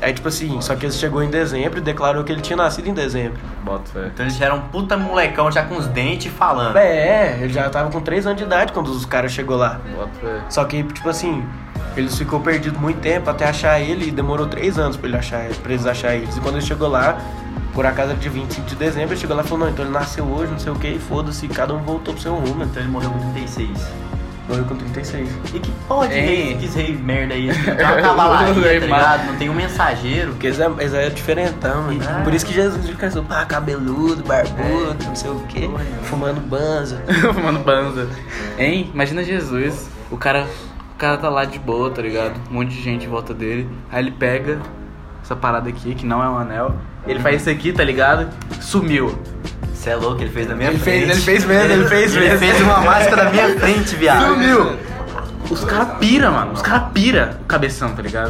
Aí, tipo assim, só que ele chegou em dezembro e declarou que ele tinha nascido em dezembro.
Bota fé.
Então eles já eram um puta molecão, já com os dentes falando.
Ah.
É, ele já tava com três anos de idade quando os caras chegou lá.
Bota fé.
Só que, tipo assim, eles ficou perdido muito tempo até achar ele e demorou três anos pra, ele achar, pra eles achar eles. E quando ele chegou lá, por acaso era de 25 de dezembro, ele chegou lá e falou, não, então ele nasceu hoje, não sei o que, e foda-se, cada um voltou pro seu rumo. Então
Então ele morreu com 36.
ele morreu com 36.
E que porra de rei,
Hein?
que rei merda aí? Tem uma cavalaria, tá ligado? Não tem um mensageiro.
Porque eles é, eles é diferentão, mano.
Ah.
Por isso que Jesus ele cresceu, pá, cabeludo, barbudo, não sei o que, fumando banza.
Fumando banza. Hein? Imagina Jesus. O cara, o cara tá lá de boa, tá ligado? Um monte de gente em volta dele. Aí ele pega essa parada aqui, que não é um anel. Ele faz isso aqui, tá ligado? Sumiu.
Você é louco, ele fez na minha
Ele
frente.
fez- ele fez mesmo, ele fez
Ele
mesmo.
fez uma máscara na minha frente, viado.
Sumiu! Os cara pira, mano. Os cara pira o cabeção, tá ligado?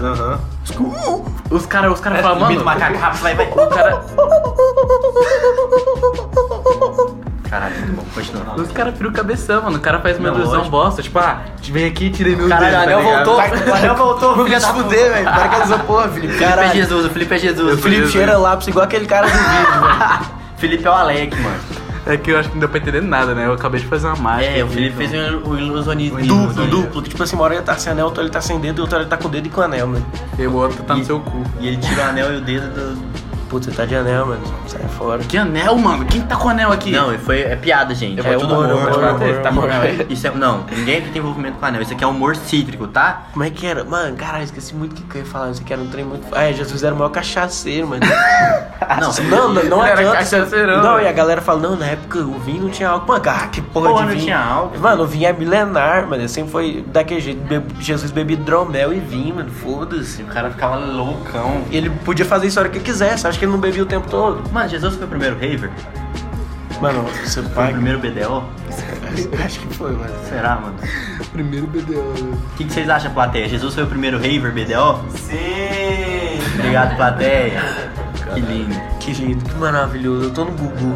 Os cu- Os cara, os cara falam,
Sumiu
mano.
do macaco, rápido, vai, vai.
O cara,
Caralho, muito bom, continua.
os cara pira o cabeção, mano. O cara faz uma
Não,
ilusão
lógico.
bosta. Tipo, ah, te vem aqui, tirei meu
Caralho, o
dedo, tá
anel
ligado?
voltou. O anel voltou, filho da puta.
velho, para com essa porra, Felipe.
Felipe é
Caralho,
Jesus, o Felipe é Jesus.
o Felipe
Jesus.
cheira lápis igual aquele cara do vídeo, velho.
Felipe é o Alec, mano.
É que eu acho que não deu pra entender nada, né? Eu acabei de fazer uma mágica.
É, o
aqui,
Felipe
então.
fez um ilusionismo.
Duplo, duplo, que tipo assim, uma hora ele tá sem anel, outra ele tá sem dedo e outra ele tá com o dedo e com o anel, mano.
E o outro tá no seu cu.
E ele tira o anel e o dedo do.
Putz, você tá de anel, mano. Sai fora.
Que anel, mano? Quem tá com anel aqui?
Não, foi, é piada, gente.
É
é tudo
um
humor,
humor.
humor,
Pode bater, tá bom.
humor.
né,
Isso é, não, ninguém aqui tem envolvimento com anel. Isso aqui é humor cítrico, tá?
Como é que era? Mano, caralho, esqueci muito o que que eu ia falar. Isso aqui era um trem muito. Ah, é, Jesus era o maior cachaceiro, mano.
Não,
não, não, não
Ele era
adianta.
cachaceirão,
Não,
mano.
e a galera fala, não, na época o vinho não tinha álcool. Mano, ah, que porra,
Porra,
de
não
vinho.
tinha álcool.
Mano, o vinho é milenar, mano. Sempre foi daquele jeito. Be- Jesus bebia hidromel e vinho, mano. Foda-se.
O cara ficava loucão.
Ele podia fazer isso a hora que quisesse. Acho que ele não bebia o tempo todo.
Mano, Jesus foi o primeiro raver?
Mano, você
Foi o
paga.
primeiro BDO?
Acho que foi, mano.
Será, mano? Primeiro BDO. O que, que vocês acham, plateia? Jesus foi o primeiro raver BDO?
Sim!
Obrigado, plateia. Que lindo.
Que lindo, que maravilhoso. Eu tô no Gugu.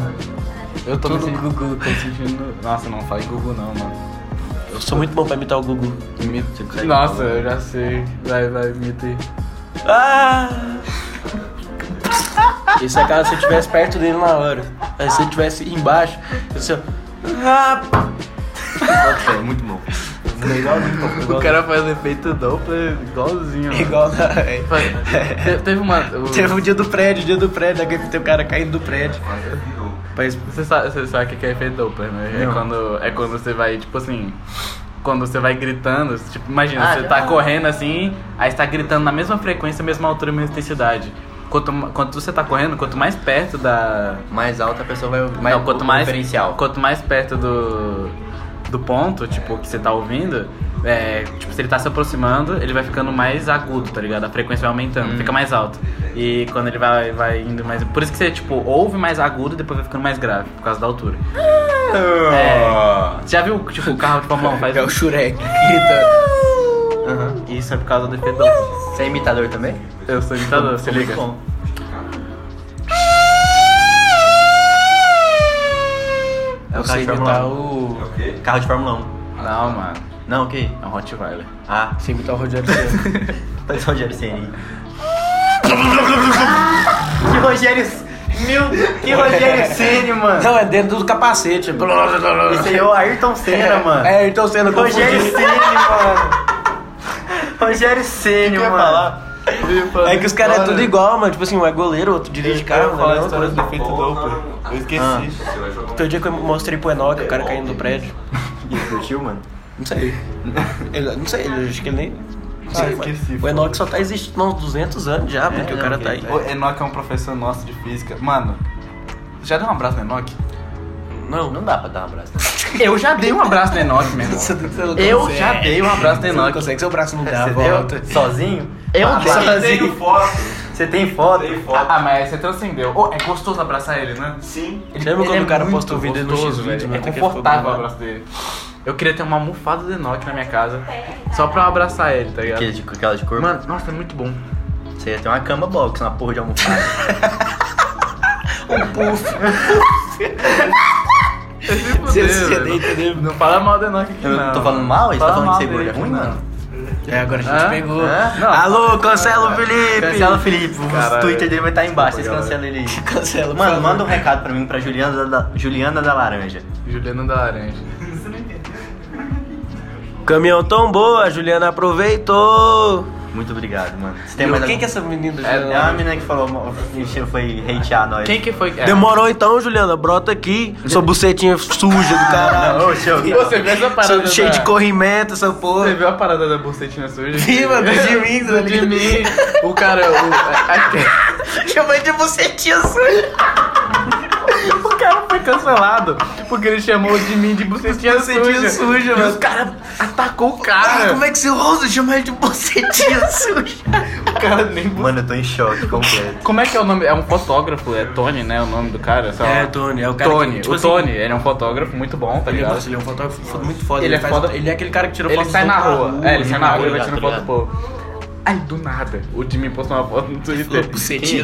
eu tô me
Tudo
sentindo. Tô me sentindo. Nossa, não fala em Gugu não, mano.
Eu sou muito bom pra imitar o Gugu.
consegue
Nossa,
falar.
eu já sei. Vai, vai, imita aí.
Ah! Esse é caso se eu estivesse perto dele na hora. Aí se eu estivesse embaixo, eu só. Ah!
Nossa, muito bom.
O cara faz efeito duplo igualzinho. mano.
é Igual na.
Faz- Te- Teve uma. o-
Teve o dia do prédio, o dia do prédio, daquele tem o cara caindo do prédio.
É
Mas,
Você sabe, você sabe o que que é efeito Doppler, né? É quando, é quando você vai, tipo assim. Quando você vai gritando, tipo, imagina,
Ah,
você
já-
tá correndo assim, aí você tá gritando na mesma frequência, mesma altura, mesma intensidade. Quanto, ma- quanto você tá correndo, quanto mais perto da.
Mais alta a pessoa vai ouvir. Mais
não, quanto
o
mais,
Diferencial.
quanto mais perto do, do ponto, tipo, que você tá ouvindo, é, tipo, se ele tá se aproximando, ele vai ficando mais agudo, tá ligado? A frequência vai aumentando, fica mais alto. E quando ele vai, vai indo mais... Por isso que você, tipo, ouve mais agudo e depois vai ficando mais grave, por causa da altura. É, você já viu, tipo, o carro de Fórmula 1 faz...
é o Shurek que tá- grita.
Aham.
Isso é por causa do efeito Doppler.
Você é imitador também?
Eu sou imitador, se liga.
Muito bom.
Eu
o cara
sei
de Fórmula
imitar
1.
o.
É o quê?
Carro de Fórmula 1.
Não, mano.
Não, ok.
É um Rottweiler.
Ah, Tá
Sei imitar o Rogério Senna.
faz o Rogério Ceni. que Rogério... Meu Deus, que Rogério Ceni, mano.
Não, é dentro do capacete.
Esse aí é o Ayrton Senna, mano.
É, então sendo
Rogério
confundido.
Ceni, mano. Rogério Ceni,
eu ia
mano.
falar?
É que os caras é tudo igual, mano. Tipo assim, um é goleiro, outro dirige carro, né? Outra coisa.
do efeito Doppler.
Eu
Eu
esqueci.
Você vai jogar um-
Foi o dia que eu mostrei pro Enoch, o cara caindo do prédio.
E ele curtiu, mano?
Não sei. Ele, não sei, ele, acho que ele nem. não sei, mano.
esqueci,
o
foi.
Enoch só tá existindo há uns 200 anos já, porque o
não,
cara
que
tá aí.
ele
O Enoch é um professor nosso de física. Mano, já deu um abraço no Enoch?
Não,
Não dá pra dar um abraço.
Eu já dei um abraço no Enoch, meu irmão. Eu já dei um abraço no
Você não
Enoch.
consegue, seu braço não dá a
Você
volta.
deu? Sozinho? Eu
Ah,
dei.
mas-
Tem
Sozinho.
foto.
Você tem foto?
Tem foto.
Ah, mas você transcendeu. Ô, é gostoso abraçar ele, né?
Sim.
Lembra quando
Ele
o cara
muito
postou o vídeo no
gostoso,
X-Video,
velho.
né?
É confortável o abraço dele. Eu queria ter uma almofada do Enoch na minha casa, só pra eu abraçar ele, tá
Aquele
ligado?
de, aquela de cor.
Mano, nossa, é muito bom.
Você ia ter uma cama box, uma porra de almofada.
Você Não fala mal do Enoch aqui,
Eu
não.
tô falando mal? Você tá
Fala
falando
mal
que seguro
dele
é
aqui,
ruim,
não.
mano?
É, agora a gente
Hã?
pegou. Ah.
Hã?
Não.
Alô, cancela o Felipe!
Cancela o Felipe, os
Caralho.
Twitter dele vai estar aí embaixo, vocês
Desculpa,
cancelam ele aí.
Cancela,
Mano, manda um recado pra mim, pra Juliana da, Juliana da Laranja.
Juliana da Laranja.
um Caminhão tão boa, a Juliana aproveitou.
Muito obrigado, mano. Você tem
Quem
mais
que é essa menina?
É, é uma
Juliana?
menina que falou, encheu- foi hatear nós.
Quem que foi? É.
Demorou então, Juliana, brota aqui. Sua bucetinha suja do caralho.
Ô, show.
Você viu essa parada?
Sou Cheio
da-
de corrimento, essa
Você
porra.
viu a parada da bucetinha suja?
Vi, mano, do Jimin, tá
do Jimin. O cara, o... a- a-
Chamei de bucetinha suja.
O cara foi cancelado porque ele chamou o Jimin de bucetinha suja.
Bucetinha suja,
E
mano.
o cara atacou o
Ah,
cara.
como é que você ousa chamar ele de bucetinha suja?
O cara nem...
Mano, eu tô em choque completo.
Como é que é o nome? É um fotógrafo, é Tony, né? O nome do cara, sei lá.
É, Tony, é o cara
Tony,
que, tipo
o
assim,
Tony, ele é um fotógrafo muito bom, tá
Ele,
ligado?
nossa, ele é um fotógrafo foda- muito foda.
Ele é
faz-
foda-
Ele é aquele cara que tirou
Ele
foto
sai
dos
na
outros
rua. É, ele sai na rua e vai tirando
tá
foto do povo. Aí do nada, o Jimin postou uma foto no Twitter.
Falou, bucetinha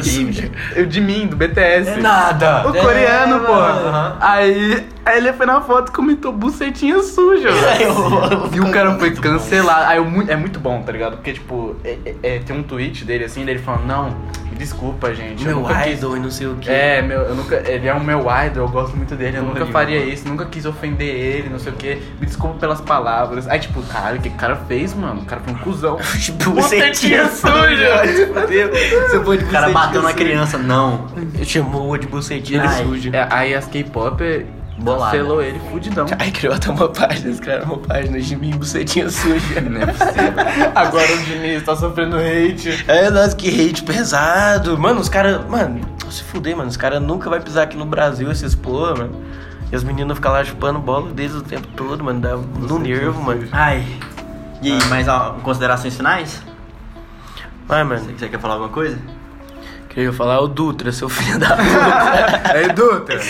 Quem é Jimin?
suja. É,
O Jimin, do BTS.
Nada.
O coreano, pô.
Aham.
Aí, aí ele foi na foto e comentou bucetinha suja, velho.
Eu-
E o cara foi cancelado. Aí eu mu- é muito bom, tá ligado? Porque, tipo, é- é- é, tem um tweet dele assim, dele falando, não, me desculpa, gente. eu
Meu
nunca quis-
idol e não sei o que.
É, meu, eu nunca. Ele é o meu idol, eu gosto muito dele, eu nunca
Horrível.
faria isso, nunca quis ofender ele, não sei o que. Me desculpa pelas palavras. Aí, tipo, caralho, o que o cara fez, mano? O cara foi um cuzão.
Tipo,
Bucetinha suja!
O cara bateu na criança, não.
Chamou de bucetinha
Ai.
suja.
É, aí as K-pop é,
Bolada.
cancelou ele fudidão.
Aí criou até uma página, eles criaram uma página de mim, bucetinha suja.
é Agora o Diniz tá sofrendo hate.
É, nossa, que hate pesado. Mano, os caras. Mano, se fuder, mano. Os caras nunca vai pisar aqui no Brasil, esses porra, mano. E as meninas ficam lá chupando bola deles o tempo todo, mano. Dá um no nervo, mano.
Ai. E aí, mais ó, considerações finais?
Vai, mano.
Você você quer falar alguma coisa?
Queria falar é o Dutra, seu filho da puta.
É Dutra.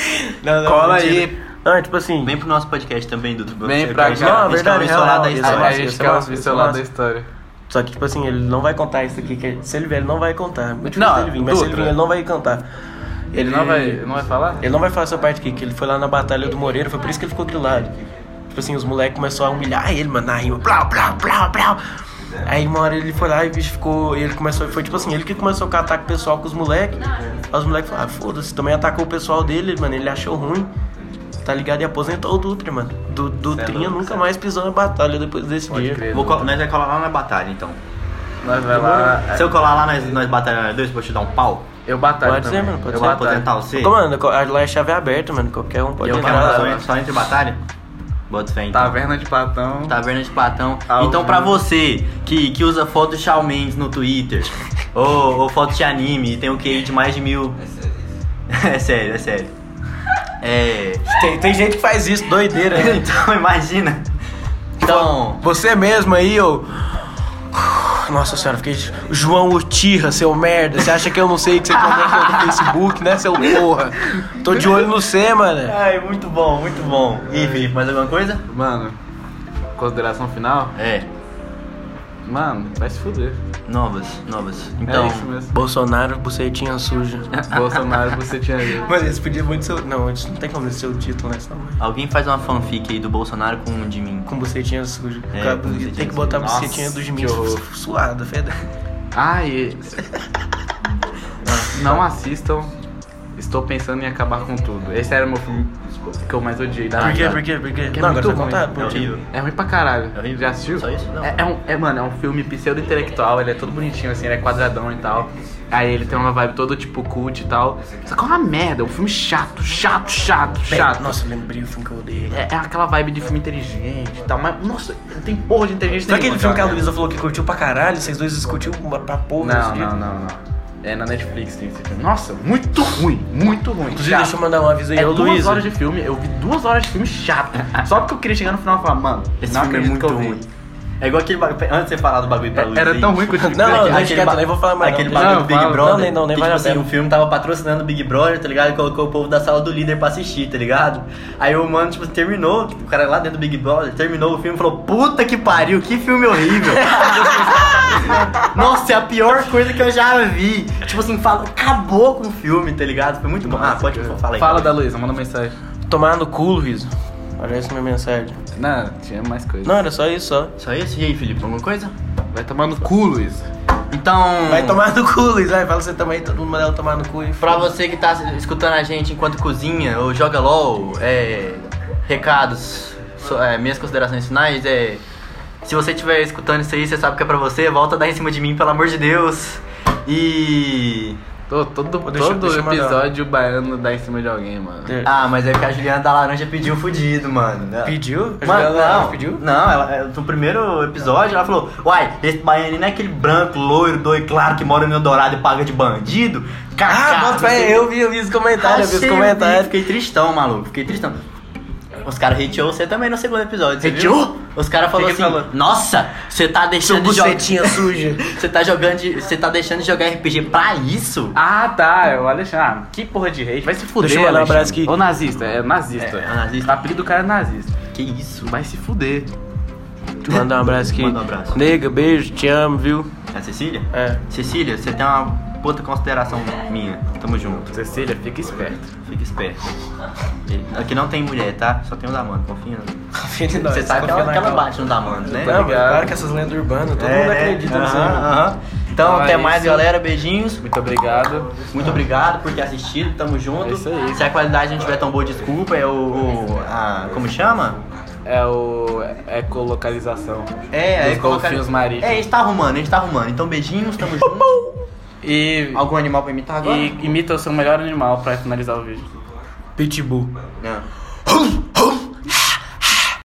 Não, não,
Cola
mentira.
aí.
Não, é tipo assim.
Vem pro nosso podcast também, Dudu.
Vem pra cá.
Não,
Não,
verdade,
verdade.
real,
Lá da
isso
história.
a
massa,
gente
isso é
quer
massa,
ouvir
isso
seu
é
lado
massa.
da história.
Só que, tipo assim, ele não vai contar isso aqui. que- se ele vier, ele não vai contar. Muito difícil
Não,
ele vir, mas se ele
Dutra.
vir, ele não vai cantar.
Ele não vai, não vai falar?
Ele não vai falar essa parte aqui, que ele foi lá na Batalha do Moreira, foi por isso que ele ficou grilado. Tipo assim, os moleques começaram a humilhar ele, mano, na rima, blá, blá, blá, blá. Aí uma hora ele foi lá e o bicho ficou. Ele começou, foi tipo assim, ele que começou com o ataque pessoal com os moleques. Aí os moleques falaram, ah, foda-se, também atacou o pessoal dele, mano, ele achou ruim. Tá ligado? E aposentou o Dutra, mano. Du, Dutrinha
louco,
nunca mais pisou na batalha depois desse dia.
crer.
Vou co- nós vai colar lá na batalha, então.
Nós vai lá.
Se eu colar lá, nós, nós batalhamos nós dois, vou te dar um pau.
Eu batalho
Pode ser,
também.
mano, pode
eu
ser.
Vou aposentar
batalho.
você.
Como, mano, lá é chave aberta, mano. Qualquer um pode
Eu quero
entrar.
razão
lá.
entre- só entre batalha? Então tá Bota fé, então. Tá
Taverna de Platão.
Taverna de Platão.
Ao
então, pra
vivo.
você que, que usa foto do Shawn Mendes no Twitter, ou, ou foto de anime, e tem o QI de mais de mil.
É
É
sério.
sério, é sério. É.
Tem, tem gente que faz isso, doideira, né?
Então, imagina. Então,
Você mesmo aí, ô. Nossa senhora, fiquei. João Utirra, seu merda. Você acha que eu não sei que você comenta no Facebook, né, seu porra? Tô de olho no C, mano.
ai, muito bom, muito bom. E Felipe, mais alguma coisa?
Mano, consideração final?
É,
Mano, vai se fuder.
novas, novas. Então,
é isso mesmo.
Bolsonaro, bucetinha suja.
Bolsonaro, você tinha visto.
Mano, esse podia muito ser. o- Não, isso não tem como ser o título, né? senão-
alguém faz uma fanfic aí do Bolsonaro com o de mim.
Com bucetinha suja.
É,
Cara,
com bucetinha
tem que
suja.
botar a
Nossa,
bucetinha dos
que
meninos
horror.
suada,
Ah,
fedendo.
Ai. Não assistam Estou pensando em acabar com tudo. Esse era o meu filme que eu mais odiei da
Por quê?
vida.
Por quê? Por quê?
Porque é
Não, agora
muito
você vai contar.
ruim.
pô,
É
tio.
horrível.
É ruim pra caralho.
É horrível.
Já assistiu?
Só isso? Não.
É, é um, é, mano, é um filme pseudo-intelectual, ele é todo bonitinho, assim, ele é quadradão e tal. Aí ele tem uma vibe todo tipo cult e tal. Só que é uma merda, é um filme chato, chato, chato, chato.
Nossa, eu lembrei o filme que eu odeio.
É, é aquela vibe de filme inteligente e tal, mas, nossa, não tem porra de inteligente
Sabe aquele
nenhuma,
filme que é a
cara.
Luísa falou que curtiu pra caralho? Vocês dois discutiu pra porra
Não,
nesse dia?
não, não, não. É na Netflix tem esse filme. Nossa, muito ruim, muito ruim.
Inclusive, deixa eu mandar um aviso aí.
É
Ô,
duas
Luísa.
horas de filme, eu vi duas horas de filme chato. Só porque eu queria chegar no final e falar, mano,
Esse
não
filme é
acredito
muito
que eu vi. É,
ruim. É igual aquele bagulho. Antes de você falar do bagulho pra Luiz.
Era
aí,
tão ruim que eu tive
Não,
que
não,
Aquele-
deixa quieto,
ba-
nem vou falar mais.
Aquele
não.
bagulho
Não,
do Big
fala,
Brother.
não, nem não, nem
que, tipo
vale a
assim,
pena.
o filme tava patrocinando o Big Brother, tá ligado? E colocou o povo da sala do líder pra assistir, tá ligado? Aí o mano, tipo, terminou, tipo, o cara lá dentro do Big Brother, terminou o filme e falou: Puta que pariu, que filme horrível. Nossa, é a pior coisa que eu já vi. Tipo assim, fala, acabou com o filme, tá ligado? Foi muito bom. Ah, pode falar aí.
é. Fala da Luísa, manda mensagem.
Tomar no cu, Luísa. Olha essa minha mensagem.
Não, tinha mais coisa.
Não, era só isso, só.
Só isso? E aí, Felipe, alguma coisa?
Vai tomar no cu, Luiz.
Então.
Vai tomar no cu, Luiz. Vai, fala você também, todo mundo manda ela tomar no cu. E...
Pra você que tá escutando a gente enquanto cozinha ou joga LOL, é, recados, so- é, minhas considerações finais é. Se você estiver escutando isso aí, você sabe que é pra você, volta a dar em cima de mim, pelo amor de Deus. E.
Tô- todo
deixa-
todo
deixa eu mandar.
episódio o baiano dá em cima de alguém, mano.
É.
Ah, mas é porque a Juliana da Laranja pediu fudido, mano. né?
Pediu? A
Mano,
Juliana
não,
pediu?
não ela, ela- no primeiro episódio ela falou: Uai, esse baiano não é aquele branco, loiro, doido, claro que mora no Eldorado e paga de bandido?
Ah,
Cacá,
bota pra eu vi, eu vi os comentários, eu vi
Achei, eu
os
vi,
comentários.
é, Fiquei tristão, maluco. Fiquei tristão. Os caras hateou você também no segundo episódio. você
Hateou?
viu? Os caras falaram
Que que
assim:
falou?
Nossa, você tá deixando de jogar. suja. Você tá jogando de. Você tá deixando de jogar RPG pra isso?
Ah, tá, é o Alexandre. Ah, que porra de rei. Vai se fuder,
Deixa eu mandar um
Alexandre.
abraço aqui.
Ô, nazista, é nazista.
É, é nazista.
O apelido do cara é nazista.
Que isso?
Vai se fuder.
Manda um abraço aqui.
Manda um abraço.
Nega, beijo, te amo, viu?
É Cecília?
É.
Cecília, você tem uma puta consideração minha. Tamo junto.
Cecília, fica esperto.
Fica esperto. Aqui não tem mulher, tá? Só tem o Damano, confia. no-
Confia em nós,
Você sabe que
confia
ela,
na
que ela
calma.
bate no Damano, né?
Não, mas claro que essas lendas urbanas, todo
É,
mundo acredita nisso. aí, né? mano.
Então,
Então é
até mais,
isso.
galera. Beijinhos.
Muito obrigado.
Muito obrigado por ter assistido, tamo junto.
É isso aí.
Se a qualidade não tiver tão boa, desculpa, é o. o- a, como chama?
É o. É colocalização.
É,
Dos
é colocar-
golfinhos marítimos.
É, a gente tá arrumando, a gente tá arrumando. Então, beijinhos, tamo junto.
E.
Algum animal pra imitar agora?
E imita o seu melhor animal pra finalizar o vídeo.
Pitbull.
Não.